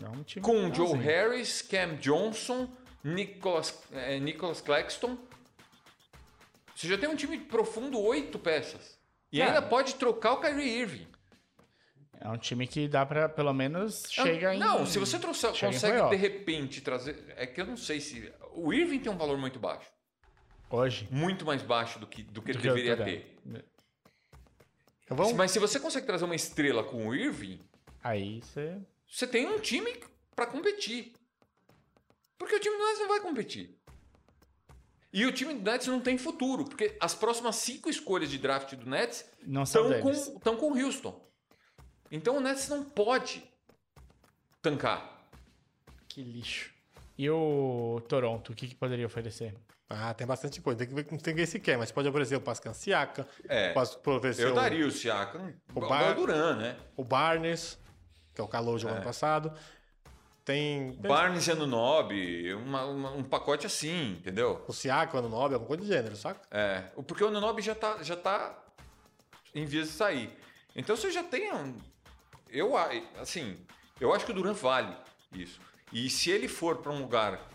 S2: É um time
S3: Com
S2: legalzinho.
S3: Joe Harris, Cam Johnson, Nicholas, eh, Nicholas Claxton, Você já tem um time profundo oito peças. E
S2: Cara.
S3: ainda pode trocar o Kyrie Irving.
S2: É um time que dá pra, pelo menos, chega em...
S3: Não, se você trouxer,
S2: chega em
S3: consegue de
S2: playoff.
S3: repente trazer. É que eu não sei se. O Irving tem um valor muito baixo.
S2: Hoje.
S3: Muito mais baixo do que, do que
S2: do
S3: ele
S2: que eu
S3: deveria
S2: tô
S3: ter.
S2: dando.
S5: Então vamos.
S3: Mas se você consegue trazer uma estrela com o Irving,
S2: Aí você...
S3: você tem um time pra competir. Porque o time do Nets não vai competir. E o time do Nets não tem futuro, porque as próximas cinco escolhas de draft do Nets
S2: Não são
S3: estão com,
S2: deles.
S3: estão com o Houston. Então o Nets não pode tancar.
S2: Que lixo. E o Toronto, o que, que poderia oferecer?
S5: Ah, tem bastante coisa. Tem que ver com quem se quer, mas pode oferecer o Pascal Siaka,
S3: É,
S5: pode oferecer
S3: eu
S5: o-
S3: daria o Siakam, o,
S5: o Bar-
S3: Duran, né?
S5: o Barnes, que é o calor do ano passado. Tem, tem
S3: Barnes e Anunobi, uma- uma- um pacote assim, entendeu?
S5: o Siaka, o Anunobi, alguma coisa do gênero, saca?
S3: É, o- porque o Anunobi já tá, já tá em vias de sair. Então você já tem um... Eu, a- assim, eu acho que o Duran vale isso. E se ele for para um lugar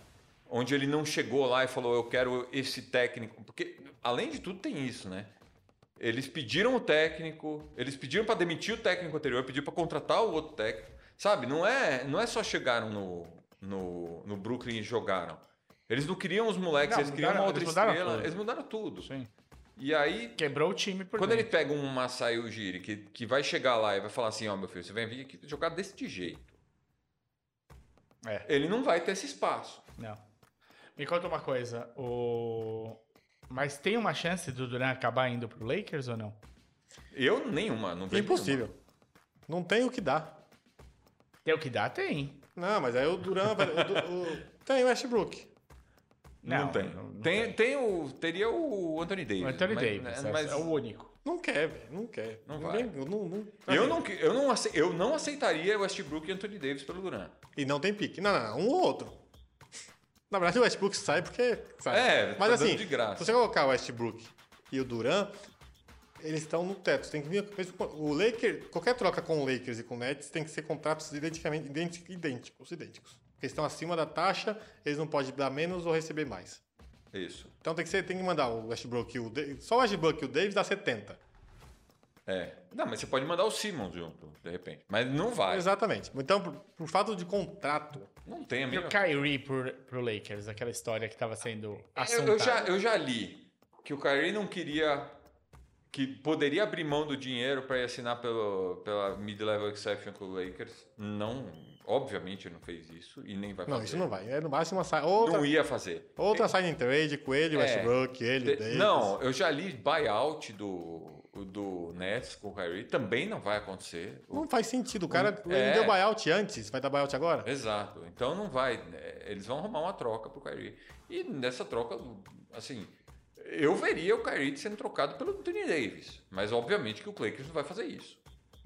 S3: onde ele não chegou lá e falou, eu quero esse técnico... Porque, além de tudo, tem isso, né? Eles pediram o técnico, eles pediram para demitir o técnico anterior, pediram para contratar o outro técnico. Sabe, não é, não é só chegaram no, no, no Brooklyn e jogaram. Eles não queriam os moleques,
S2: Não,
S3: eles queriam
S2: mudaram-
S3: uma outra
S2: eles mudaram
S3: estrela.
S2: tudo.
S3: Eles mudaram tudo.
S2: Sim.
S3: E aí,
S2: Quebrou o time por
S3: quando ele
S2: dentro.
S3: pega um Masai Ujiri que, que vai chegar lá e vai falar assim, ó, meu filho, você vem vir aqui jogar desse jeito.
S2: É.
S3: Ele não vai ter esse espaço.
S2: Não. Me conta uma coisa. O... Mas tem uma chance do Duran acabar indo pro Lakers ou não?
S3: Eu nenhuma, não vejo
S5: Impossível. Não tem o que dar.
S2: Tem o que dá? Tem.
S5: Não, mas aí o Duran. vai- o Du- o- tem o Westbrook.
S3: nenhuma. Não, tem. tem, tem o, teria o Anthony Davis.
S2: O Anthony
S3: mas- né,
S2: Davis é,
S3: mas-
S2: é o único.
S5: Não quer, velho. Não quer.
S3: Não
S5: Ninguém- não- não-
S3: Eu não, que- eu, não ace- eu não aceitaria Westbrook e Anthony Davis pelo Duran.
S5: E não tem pique. Não, não, não. Um ou outro. Na verdade, o Westbrook sai porque. Sai.
S3: É, tá
S5: mas
S3: dando
S5: assim,
S3: de graça.
S5: se você colocar o Westbrook e o Duran, eles estão no teto. Tem que vir. mesmo com- O Lakers, qualquer troca com o Lakers e com o Nets tem que ser contratos identicamente idênticos, idênticos, idênticos. Porque eles estão acima da taxa, eles não podem dar menos ou receber mais.
S3: Isso.
S5: Então tem que, ser, tem que mandar o Westbrook e o Davis. Só o Westbrook e o Davis dá 70.
S3: É. Não, mas você pode mandar o Simmons junto, de repente. Mas não vai.
S5: Exatamente. Então, por, por fato de contrato,
S3: Não tem a
S2: E o
S3: mínima.
S2: Kyrie pro, pro Lakers, aquela história que tava sendo
S3: Eu,
S2: assuntada.
S3: eu já, eu já li que o Kyrie não queria. que poderia abrir mão do dinheiro para ir assinar pelo, pela mid-level exception com o Lakers. Não. Obviamente ele não fez isso e nem vai fazer.
S5: não, isso não vai. É no máximo uma sa-
S3: Não
S5: outra,
S3: ia fazer.
S5: outra sign and trade com ele,
S3: É.
S5: Westbrook,
S3: Te-
S5: ele, Davis.
S3: Não, eu já li buyout do, do Nets com o Kyrie. Também não vai acontecer. O
S5: Não faz sentido. O cara
S3: Um-
S5: ele
S3: é.
S5: deu buyout antes, vai dar buyout agora?
S3: Exato. Então não vai. né? Eles vão arrumar uma troca pro Kyrie. E nessa troca, assim, eu veria o Kyrie sendo trocado pelo Anthony Davis. Mas obviamente que o Lakers não vai fazer isso.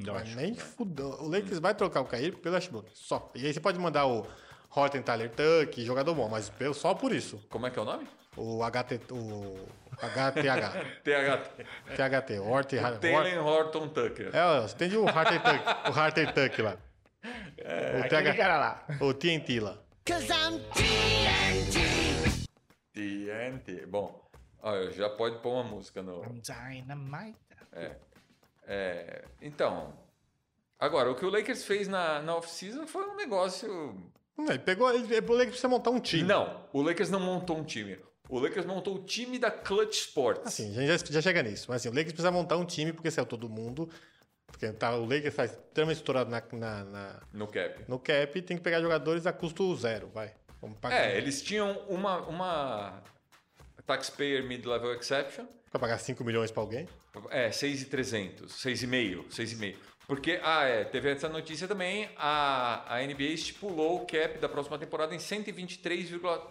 S5: Mas nem fudão. O Lakers vai trocar o Kyrie pelo Westbrook. Só. E aí você pode mandar o Horton Tyler Tuck, jogador bom, mas pelo- só por isso.
S3: Como é que é o nome?
S5: O HT. O HTH.
S3: THT.
S5: THT. Horton. Horton-
S3: Taylor Horton Tucker.
S5: É, ó, você tem o Harter Tuck. O Harter Tuck lá.
S3: É,
S5: o,
S2: Aquele
S5: TH,
S2: cara lá.
S5: o TNT lá.
S3: TNT. Bom, olha, já pode pôr uma música no.
S2: Dynamite.
S3: É, então. Agora, o que o Lakers fez na, na off-season foi um negócio
S5: Não, Ele pegou. Ele, o Lakers precisa montar um time.
S3: Não, o Lakers não montou um time. O Lakers montou o time da Clutch Sports.
S5: Assim, a gente já, já chega nisso. Mas assim, o Lakers precisa montar um time, porque saiu todo mundo. Porque tá, o Lakers está extremamente estourado na, na- na-
S3: No cap.
S5: no cap e tem que pegar jogadores a custo zero, vai. Vamos pagar.
S3: É, eles tinham uma, uma taxpayer mid-level exception.
S5: Pra pagar 5 milhões pra alguém.
S3: É, 6,300, 6,5, 6,5. Porque, ah, é, teve essa notícia também, a, a NBA estipulou o cap da próxima temporada em 123,2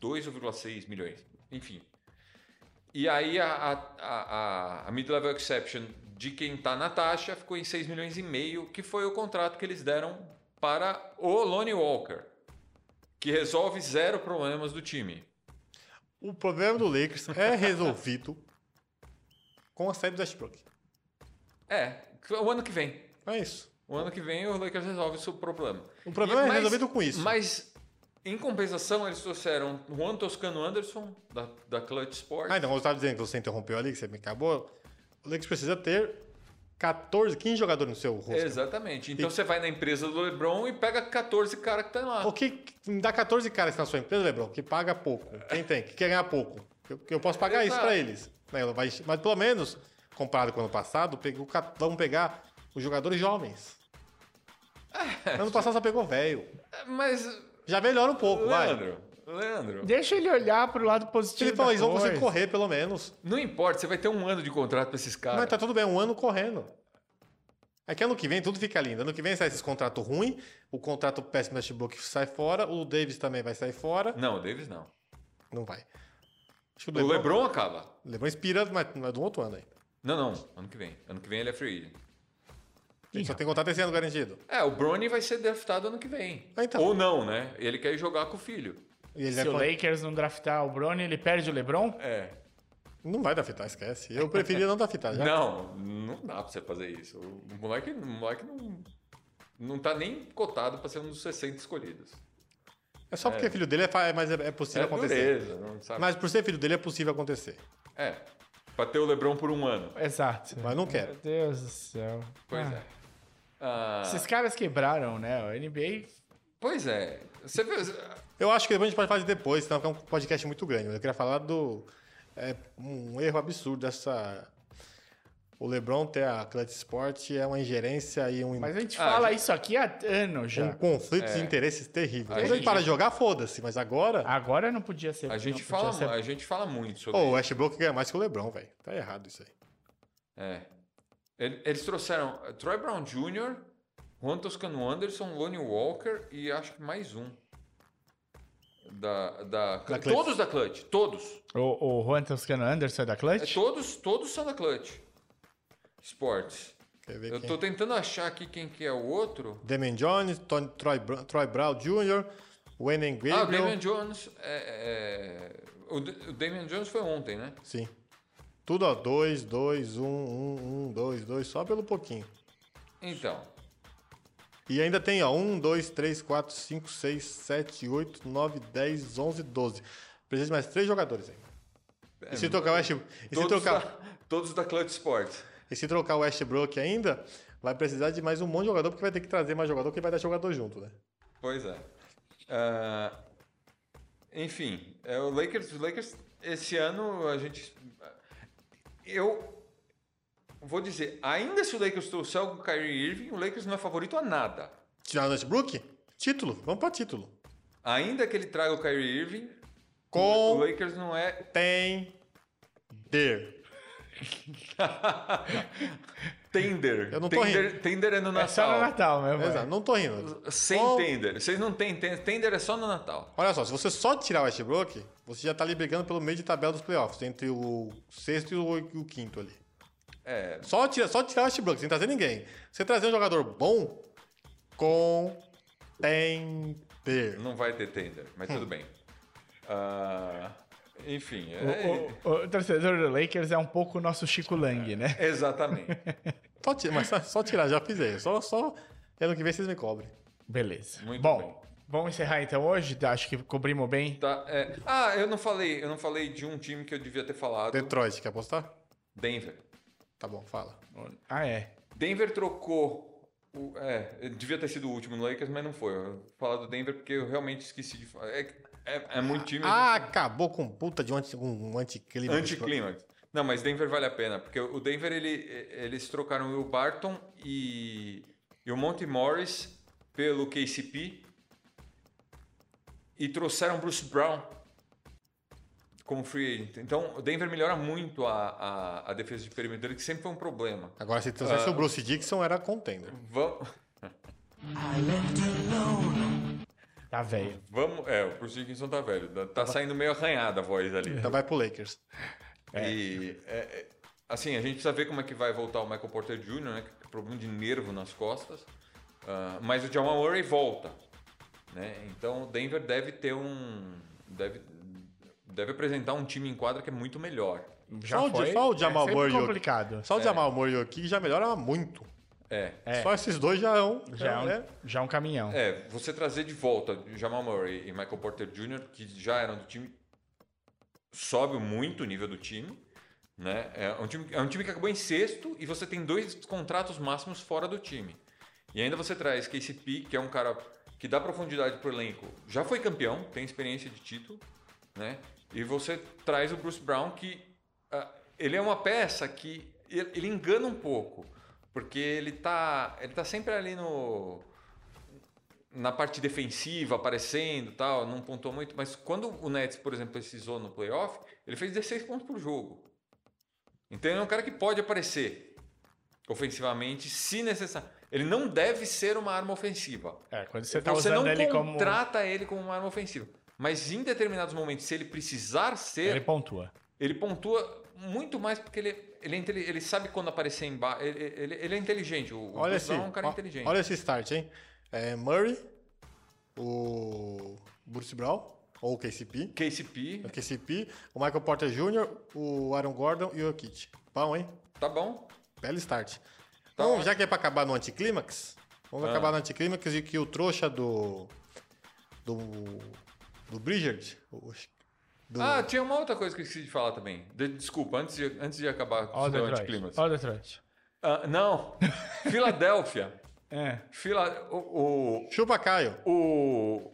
S3: ou 6 milhões, enfim. E aí a, a- a, a, a mid-level exception de quem tá na taxa ficou em 6 milhões e meio, que foi o contrato que eles deram para o Lonnie Walker, que resolve zero problemas do time.
S5: O problema do Lakers é resolvido com a saída do Westbrook.
S3: É, o ano que vem.
S5: É isso.
S3: O ano que vem o Lakers resolve o seu problema.
S5: O problema
S3: E-
S5: é resolvido com isso.
S3: Mas Em compensação, eles trouxeram Juan Toscano Anderson, da, da Clutch Sports.
S5: Ah, então, como eu estava dizendo que você interrompeu ali, que você me acabou, o Lakers precisa ter 14, 15 jogadores no seu rosto.
S3: Exatamente. Então você vai na empresa do LeBron e pega 14 caras que estão lá.
S5: O que me dá 14 caras que na sua empresa, Lebron, que paga pouco. Quem tem? Que quer ganhar pouco. Eu, eu posso pagar isso
S3: Exato.
S5: pra eles. né? Eu- Mas, mas pelo menos, comparado com o ano passado, pegou ca- vamos pegar os jogadores jovens.
S3: É.
S5: ano passado só pegou velho.
S3: Mas,
S5: Já melhora um pouco, vai.
S3: Leandro, Leandro,
S2: Deixa ele olhar pro lado positivo.
S5: Ele falou,
S2: da
S5: eles vão conseguir
S2: coisa.
S5: correr pelo menos.
S3: não importa, você vai ter um ano de contrato pra esses caras.
S5: Mas tá tudo bem, um ano correndo. É que ano que vem tudo fica lindo. Ano que vem sai esses contratos ruins, o contrato péssimo do Westbrook sai fora, o Davis também vai sair fora.
S3: Não, o Davis não.
S5: Não vai. Acho que
S3: O LeBron acaba.
S5: Lebron inspira, mas não é do outro ano ainda.
S3: Não, não, ano que vem. Ano que vem ele é free agent.
S5: Ele só tem contrato esse ano garantido.
S3: É, o Brony vai ser draftado ano que vem.
S5: Ah, então.
S3: Ou não, né? Ele quer ir jogar com o filho.
S5: E ele
S2: Se
S5: vai
S2: o
S5: pra-
S2: Lakers não draftar o Brony, ele perde o LeBron?
S3: É.
S5: Não vai draftar, esquece. Eu preferia não draftar. Já.
S3: Não, não dá pra você fazer isso. O moleque, o moleque não, não tá nem cotado pra ser um dos 60 escolhidos.
S5: É só porque é filho dele, é, fa- é, mas é, é possível
S3: é
S5: acontecer.
S3: dureza, não sabe?
S5: Mas por ser filho dele é possível acontecer.
S3: É, pra ter o LeBron por um ano.
S2: Exato.
S5: Mas não
S2: Meu
S5: quero.
S2: Deus do céu.
S3: Pois
S2: Ah,
S3: é. Ah,
S2: Esses caras quebraram, né? O NBA
S3: pois é. Você vê...
S5: Eu acho que depois a gente pode fazer depois, senão fica um podcast muito grande. Mas eu queria falar do. É um erro absurdo essa. O Lebron ter a Clutch Sport é uma ingerência e um,
S2: Mas a gente
S3: Ah,
S2: fala
S3: já-
S2: isso aqui há anos já.
S5: um conflito de
S3: É. Ah,
S5: interesses terrível.
S3: A
S5: Quando ele
S3: gente-
S5: para de jogar, foda-se, mas agora.
S2: Agora não podia ser.
S3: A gente,
S2: não podia
S3: fala,
S2: ser-
S3: a gente fala muito sobre
S5: Pô, o Westbrook ganha mais que o Lebron, velho. Tá errado isso aí.
S3: É. Ele- Eles trouxeram eh, Troy Brown Jr., Juan Toscano Anderson, Lonnie Walker e acho que mais um. Da, da,
S5: Da Clutch.
S3: todos da Clutch, todos.
S2: O, o Juan Toscano Anderson é da
S3: É,
S2: Clutch?
S3: todos. Todos são da Clutch. Sports.
S5: Quer ver
S3: Eu
S5: quem-
S3: tô tentando achar aqui quem que é o outro.
S5: Damian Jones, Tony, Troy, Bra- Troy Brown Jr., Wayne
S3: Ah, o
S5: Gabriel.
S3: Damian Jones. é- é, o, D- o Damian Jones foi ontem, né?
S5: Sim. Tudo, ó. 2, 2, 1, 1, 1, 2, 2, um, só pelo pouquinho.
S3: Então.
S5: E ainda tem, ó, 1, 2, 3, 4, 5, 6, 7, 8, 9, 10, 11, 12. Precisa de mais três jogadores ainda.
S3: é,
S5: E se trocar o Westbrook, e se
S3: todos,
S5: trocar,
S3: da, todos da Clutch Sports.
S5: e se trocar o Westbrook ainda, vai precisar de mais um monte de jogador, porque vai ter que trazer mais jogador, que vai dar jogador junto, né?
S3: Pois é. Ah, enfim, é o Lakers, o Lakers esse ano a gente eu vou dizer, ainda se o Lakers trouxer o Kyrie Irving, o Lakers não é favorito a nada.
S5: Tirar o Westbrook? Título. Vamos pra título.
S3: Ainda que ele traga o Kyrie Irving, o
S5: Com...
S3: Lakers não é
S5: Tem... Der.
S3: tender.
S5: Eu não tô
S3: tender,
S5: rindo.
S3: tender é no
S2: É só no
S3: Natal.
S2: Natal mesmo. é.
S5: Exato, não tô rindo.
S3: Sem
S5: Com-
S3: tender. Vocês não têm tender, tender é só no Natal.
S5: Olha só, se você só tirar o Westbrook, você já tá ali brigando pelo meio de tabela dos playoffs, entre o sexto e o, e o quinto ali.
S3: É,
S5: Só, tira, só tirar o Westbrook, sem trazer ninguém. Você trazer um jogador bom, contender.
S3: não vai ter tender, mas tudo bem. Ah, enfim, é,
S2: O, o- o torcedor do Lakers é um pouco o nosso Chico Lang, né?
S3: exatamente.
S5: Só tirar, mas só- só tirar, já fiz aí. Só, só ano que vem vocês me cobrem.
S2: Beleza.
S3: Muito
S2: Bom,
S3: bem.
S2: vamos encerrar então hoje. Acho que cobrimos bem.
S3: Tá, é. Ah, eu não falei, eu não falei de um time que eu devia ter falado.
S5: Detroit, quer apostar?
S3: Denver.
S5: Tá bom, fala.
S2: Ah, é.
S3: Denver trocou. O, é, devia ter sido o último no Lakers, mas não foi. Eu vou falar do Denver porque eu realmente esqueci de falar. É, é, é muito time.
S5: Ah, acabou com puta de um, anti, um anticlima.
S3: Anticlímax. Não, mas Denver vale a pena, porque o Denver ele, eles trocaram o Will Barton e, e o Monte Morris pelo KCP e trouxeram Bruce Brown como free agent. Então o Denver melhora muito a, a, a defesa de perímetro dele, que sempre foi um problema.
S5: Agora, se trouxesse o Bruce Dixon, era contender.
S3: Vamos,
S2: Tá velho.
S3: vamos, é, o Bruce Dickinson tá velho, tá, tá saindo meio arranhada a voz ali.
S5: Então vai pro Lakers.
S3: E é, é, assim, a gente precisa ver como é que vai voltar o Michael Porter Jr., né? que tem Problema de nervo nas costas. Ah, mas o Jamal Murray volta. Né? Então o Denver deve ter um. Deve, deve apresentar um time em quadra que é muito melhor.
S2: Já
S5: Só o-
S2: foi.
S5: só o Jamal
S2: é sempre
S5: Murray.
S2: complicado.
S5: Só o Jamal Murray aqui já melhora muito.
S3: É.
S2: É.
S5: Só esses dois já é um.
S2: Já é um,
S5: é-
S2: já é um caminhão.
S3: É, você trazer de volta Jamal Murray e Michael Porter Jr., que já eram do time, sobe muito o nível do time. Né? É, um time. é um time que acabou em sexto e você tem dois contratos máximos fora do time. E ainda você traz KCP, que é um cara que dá profundidade pro elenco, já foi campeão, tem experiência de título, né? E você traz o Bruce Brown, que ah, ele é uma peça que ele ele engana um pouco, porque ele tá, ele tá sempre ali no, na parte defensiva aparecendo e tal, não pontuou muito, mas quando o Nets, por exemplo, precisou no playoff, ele fez 16 pontos por jogo. Então ele é um cara que pode aparecer ofensivamente se necessário. Ele não deve ser uma arma ofensiva.
S2: É, quando você tá
S3: você
S2: usando
S3: não
S2: ele como.
S3: contrata ele como uma arma ofensiva. Mas em determinados momentos, se ele precisar ser,
S2: Ele
S3: ele,
S2: pontua.
S3: pontua muito mais porque ele, ele, é intele- ele sabe quando aparecer embaixo. Ele, ele, ele é inteligente. O o
S5: Olha
S3: Bruce
S5: esse,
S3: Brown é um cara
S5: ó-
S3: inteligente.
S5: olha esse start, hein? É Murray, o Bruce Brown, ou o KCP,
S3: KCP,
S5: é o KCP, o Michael Porter Jr., o Aaron Gordon e o Kit. Pão, hein?
S3: tá bom.
S5: Belo start.
S3: Tá
S5: Então,
S3: ótimo.
S5: já que é pra acabar no anticlímax, vamos
S3: Ah.
S5: acabar no anticlímax e que o trouxa do. do. do Bridgerd. o- do-
S3: Ah, tinha uma outra coisa que eu esqueci de falar também. De- desculpa, antes de, antes de acabar com
S2: Ó, o
S3: o seu
S2: Detroit.
S3: anticlimax.
S2: Ó, o Detroit.
S3: Ah, não, Filadélfia.
S2: É.
S3: Fila, o,
S5: Chupa Caio.
S3: o,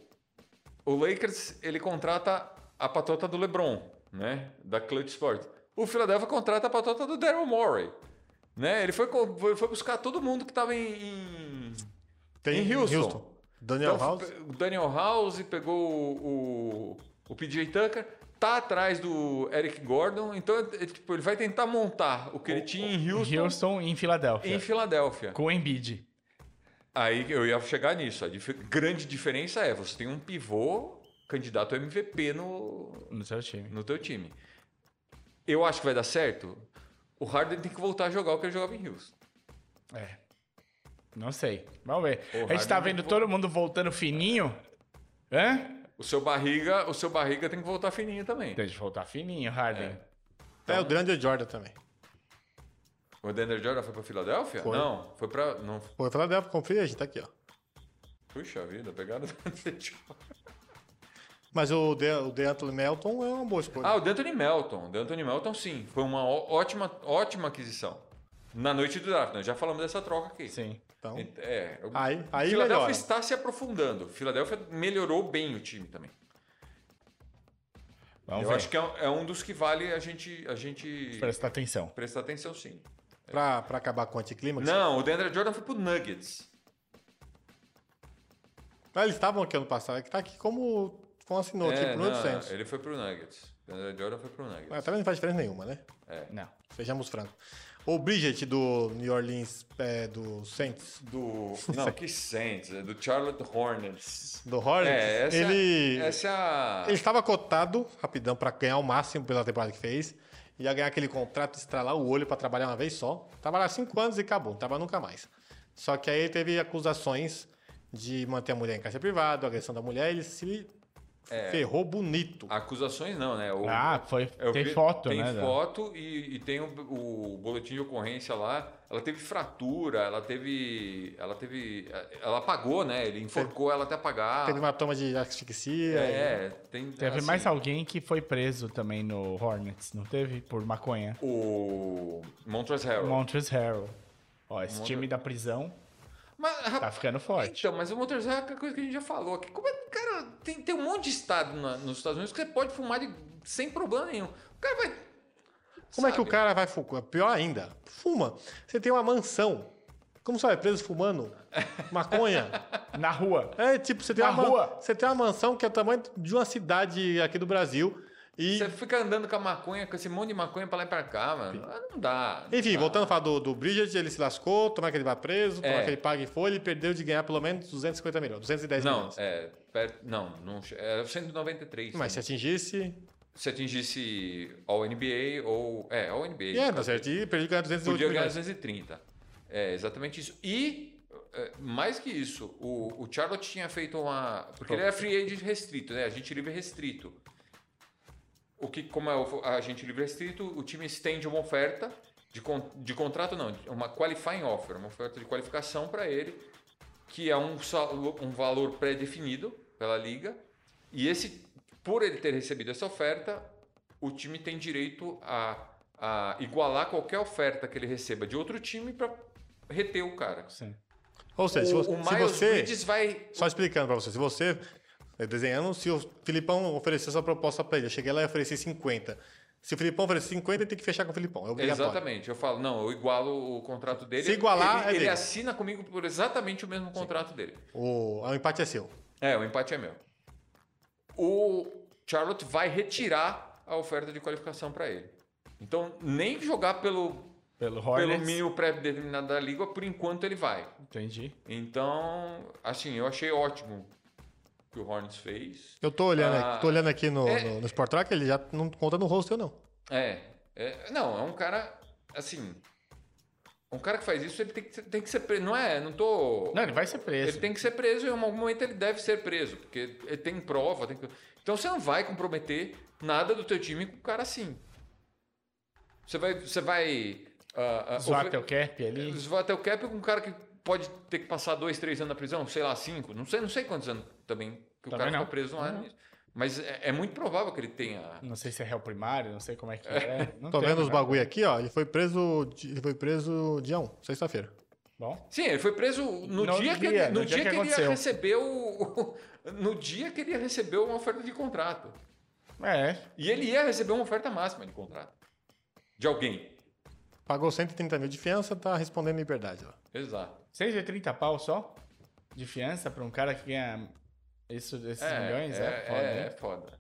S3: o, o Lakers, ele contrata a patota do LeBron, né? Da Clutch Sports. O Philadelphia contrata a patota do Daryl Morey. Né? Ele foi, co- foi foi buscar todo mundo que tava em- em
S5: Tem
S3: Em Houston.
S5: Daniel
S3: Então,
S5: House.
S3: pe- O Daniel House pegou o, o, o PJ Tucker, tá atrás do Eric Gordon, então é, tipo, ele vai tentar montar o que ele tinha em
S2: Houston,
S3: Houston,
S2: e em Filadélfia.
S5: é.
S3: em Filadélfia.
S2: Com o Embiid.
S3: Aí eu ia chegar nisso. A dif- grande diferença é, você tem um pivô candidato a MVP no,
S2: No seu time.
S3: no teu time. Eu acho que vai dar certo. O Harden tem que voltar a jogar o que ele jogava em Houston.
S2: É. Não sei. Vamos ver.
S3: O
S2: a gente tá
S3: Harden
S2: vendo
S3: vo-
S2: todo mundo voltando fininho. Hã?
S3: O seu barriga, o seu barriga tem que voltar fininho também.
S2: Deixa eu voltar fininho, Harden.
S3: É.
S5: É o grande Jordan também.
S3: O Daniel Jordan foi pra Filadélfia?
S5: Foi.
S3: Não, foi pra. Não,
S5: Pô, eu falei dela, confia, a gente tá aqui, ó.
S3: Puxa vida, pegada do Anthony
S5: Mas o De, o DeAnthony Melton é uma boa escolha.
S3: Ah, o D'Anthony Melton. D'Anthony Melton, sim. Foi uma ó- ótima, ótima aquisição. Na noite do draft, nós já falamos dessa troca aqui.
S2: Sim.
S5: então,
S3: É, o
S5: aí, aí
S3: Filadélfia
S5: melhora.
S3: está se aprofundando. Filadélfia melhorou bem o time também.
S2: Vamos
S3: Eu
S2: ver.
S3: acho que é, um- é um dos que vale a gente, a gente
S2: Presta atenção.
S3: prestar atenção, sim.
S5: Pra, pra acabar com o anticlímax.
S3: Não, o Deandre Jordan foi pro Nuggets.
S5: Ah, eles estavam aqui ano passado, é que tá aqui como, como assinou
S3: É,
S5: aqui por
S3: não,
S5: 800.
S3: ele foi pro Nuggets. O Deandre Jordan foi pro Nuggets.
S5: tipo, Mas É, também não faz diferença nenhuma, né?
S2: Não.
S5: Sejamos francos. O Bridget do New Orleans, é, do Saints,
S3: Do. Não, que Saints, é do Charlotte Hornets.
S5: do Hornets,
S3: É, essa,
S5: ele,
S3: essa é a.
S5: ele estava cotado, rapidão, pra ganhar o máximo pela temporada que fez. Ia ganhar aquele contrato, estralar o olho pra trabalhar uma vez só. Trabalhar cinco anos e acabou, não trabalha nunca mais. Só que aí ele teve acusações de manter a mulher em caixa privada, agressão da mulher, ele se
S3: É.
S5: ferrou bonito.
S3: Ah. Acusações não, né? O-
S2: Ah, foi.
S3: eu
S2: tem
S3: vi-
S2: foto,
S3: tem
S2: né? da-
S3: foto e, e tem o, o boletim de ocorrência lá. Ela teve fratura, ela teve. Ela teve. Ela apagou, né? Ele enforcou ela até apagar.
S5: Teve uma né? toma de asfixia. e-
S3: é, tem.
S2: Teve
S3: assim,
S2: mais alguém que foi preso também no Hornets, não teve? Por maconha.
S3: O. Montrezl Harrell.
S2: Montres Harrell. Ó, esse
S3: Montre-
S2: time da prisão
S3: Mas,
S2: tá
S3: rapaz,
S2: ficando forte.
S3: Então, mas o Montrezl Harrell é aquela coisa que a gente já falou aqui. Como é que, cara, tem, tem um monte de estado na- nos Estados Unidos que você pode fumar de- sem problema nenhum. O cara vai.
S5: Como é que o
S3: sabe?
S5: cara vai fumar? Pior ainda, fuma. Você tem uma mansão. Como você vai preso fumando maconha?
S3: Então.
S2: Na rua.
S5: É tipo, você tem,
S2: Na
S5: uma, man-
S2: rua.
S5: você tem uma mansão que é o tamanho de uma cidade aqui do Brasil. E,
S3: Você fica andando com a maconha, com esse monte de maconha pra lá e pra cá, mano. Ah, Não dá. não
S5: enfim,
S3: dá.
S5: voltando a falar do, do Bridget, ele se lascou, tomara que ele vá preso, tomara
S3: É.
S5: que ele pague folha, ele perdeu de ganhar pelo menos 250 milhões, 210
S3: Não,
S5: milhões.
S3: é. perto- não, não. che- é Era 193.
S5: Mas se
S3: né?
S5: atingisse.
S3: se atingisse All NBA ou. É, All NBA.
S5: E é, não, se atingir, perdeu de ganhar 208
S3: Podia ganhar
S5: milhões.
S3: 230. É, exatamente isso. E. é, Mais que isso, o, o Charlotte tinha feito uma. Porque ele era free agent restrito, né? Agente livre restrito. O que, como é o agente livre restrito, o time estende uma oferta de, con- de contrato não, de uma qualifying offer, uma oferta de qualificação para ele, que é um, sal- um valor pré-definido pela liga. E esse, por ele ter recebido essa oferta, o time tem direito a, a igualar qualquer oferta que ele receba de outro time para reter o cara.
S2: Sim.
S5: Ou seja, Então, se
S3: o,
S5: você.
S3: o
S5: se
S3: Miles
S5: você-
S3: Bridges vai
S5: Só explicando pra você, se você eh, desenhando, se o Filipão oferecer essa proposta pra ele, eu cheguei lá e ofereci 50. Se o Filipão oferecer 50, ele tem que fechar com o Filipão. É obrigatório.
S3: Exatamente. Eu falo, não, eu igualo o contrato dele.
S5: Se igualar,
S3: ele,
S5: é
S3: ele
S5: dele.
S3: assina comigo por exatamente o mesmo contrato dele.
S5: O, o empate é seu.
S3: É, o empate é meu. O Charlotte vai retirar a oferta de qualificação para ele. Então, nem jogar pelo,
S2: Pelo
S3: pelo
S2: Hornets.
S3: mínimo pré-determinado da liga, por enquanto ele vai.
S2: Entendi.
S3: Então, assim, eu achei ótimo o que o Hornets fez.
S5: Eu tô olhando,
S3: Ah,
S5: aqui- tô olhando aqui no,
S3: é-
S5: no, no Sport Track, ele já não conta no rosto, não.
S3: É, é- Não, é um cara. Assim. Um cara que faz isso, ele tem que, ser- tem que ser. pre- Não é? Não tô.
S2: Não, ele vai ser preso.
S3: Ele tem que ser preso e em algum momento ele deve ser preso, porque ele tem prova. Tem... que- Então você não vai comprometer nada do teu time com o cara assim. Você vai. Você vai. ah, ah,
S2: Zoar
S3: ofe-
S2: teu cap ali.
S3: zoar teu cap com um cara que pode ter que passar dois, três anos na prisão, sei lá, cinco. Não sei, não sei quantos anos também que o
S2: Também
S3: cara
S2: não. Uhum.
S3: fica preso lá.
S2: Não.
S3: Mas é, é muito provável que ele tenha.
S2: Não sei se é réu primário, não sei como é que é. Não
S5: Tô
S2: tem,
S5: vendo os
S2: né?
S5: bagulho aqui, ó. Ele foi preso, di- ele foi preso dia 1, sexta-feira.
S2: Bom,
S3: Sim, ele foi preso no,
S2: No
S3: dia, que,
S2: dia,
S3: no
S2: no
S3: dia
S2: dia que
S3: que ele ia
S2: aconteceu.
S3: receber o. No dia que ele ia receber uma oferta de contrato.
S2: é.
S3: E ele ia receber uma oferta máxima de contrato. De alguém.
S5: Pagou 130 mil de fiança, tá respondendo liberdade lá.
S3: Exato.
S2: 6,30 pau só de fiança pra um cara que ganha isso, esses milhões? É,
S3: é,
S2: foda,
S3: é, é
S2: né?
S3: foda.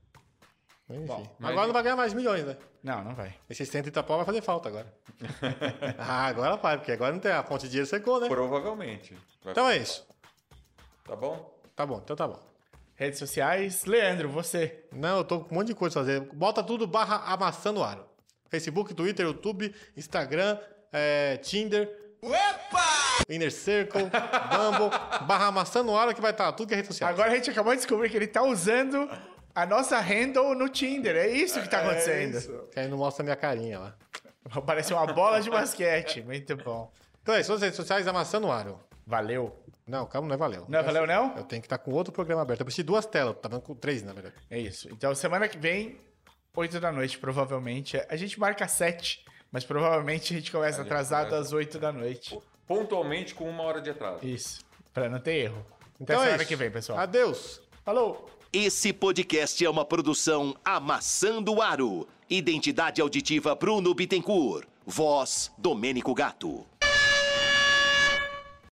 S5: Enfim.
S2: Bom,
S3: mas-
S5: Agora não vai ganhar mais milhões, né?
S2: Não, não vai.
S5: Esses 130 pau vai fazer falta agora. ah, agora vai, porque agora não tem a fonte de dinheiro secou, né?
S3: Provavelmente. Vai-
S5: Então é isso.
S3: Tá bom?
S5: Tá bom, então tá bom.
S2: Redes sociais. Leandro, você.
S5: Não, eu tô com um monte de coisa a fazer. Bota tudo barra amassando o aro. Facebook, Twitter, YouTube, Instagram, eh, Tinder. Inner Circle, Bumble, barra amassando o aro que vai estar tudo que é rede social.
S2: Agora a gente acabou de descobrir que ele tá usando a nossa handle no Tinder. É isso que tá acontecendo.
S5: Que aí não mostra a minha carinha lá.
S2: Parece uma bola de basquete. Muito bom.
S5: Então é isso, as redes sociais amassando o aro.
S2: Valeu.
S5: Não, calma, não é valeu.
S2: Não é valeu, não?
S5: Eu tenho que estar com outro programa aberto. Eu preciso de duas telas, tá vendo com três, na verdade.
S2: É isso. Então, semana que vem, 8 da noite, provavelmente. A gente marca 7, mas provavelmente a gente começa
S3: A gente
S2: atrasado
S3: começa.
S2: às 8 da noite.
S3: Pontualmente com uma hora de atraso.
S2: Isso. Pra não ter erro. Até
S5: Então é
S2: semana
S5: isso.
S2: que vem, pessoal.
S5: Adeus.
S2: Falou!
S6: Esse podcast é uma produção Amassando o Aro. Identidade auditiva Bruno Bittencourt. Voz Domênico Gato.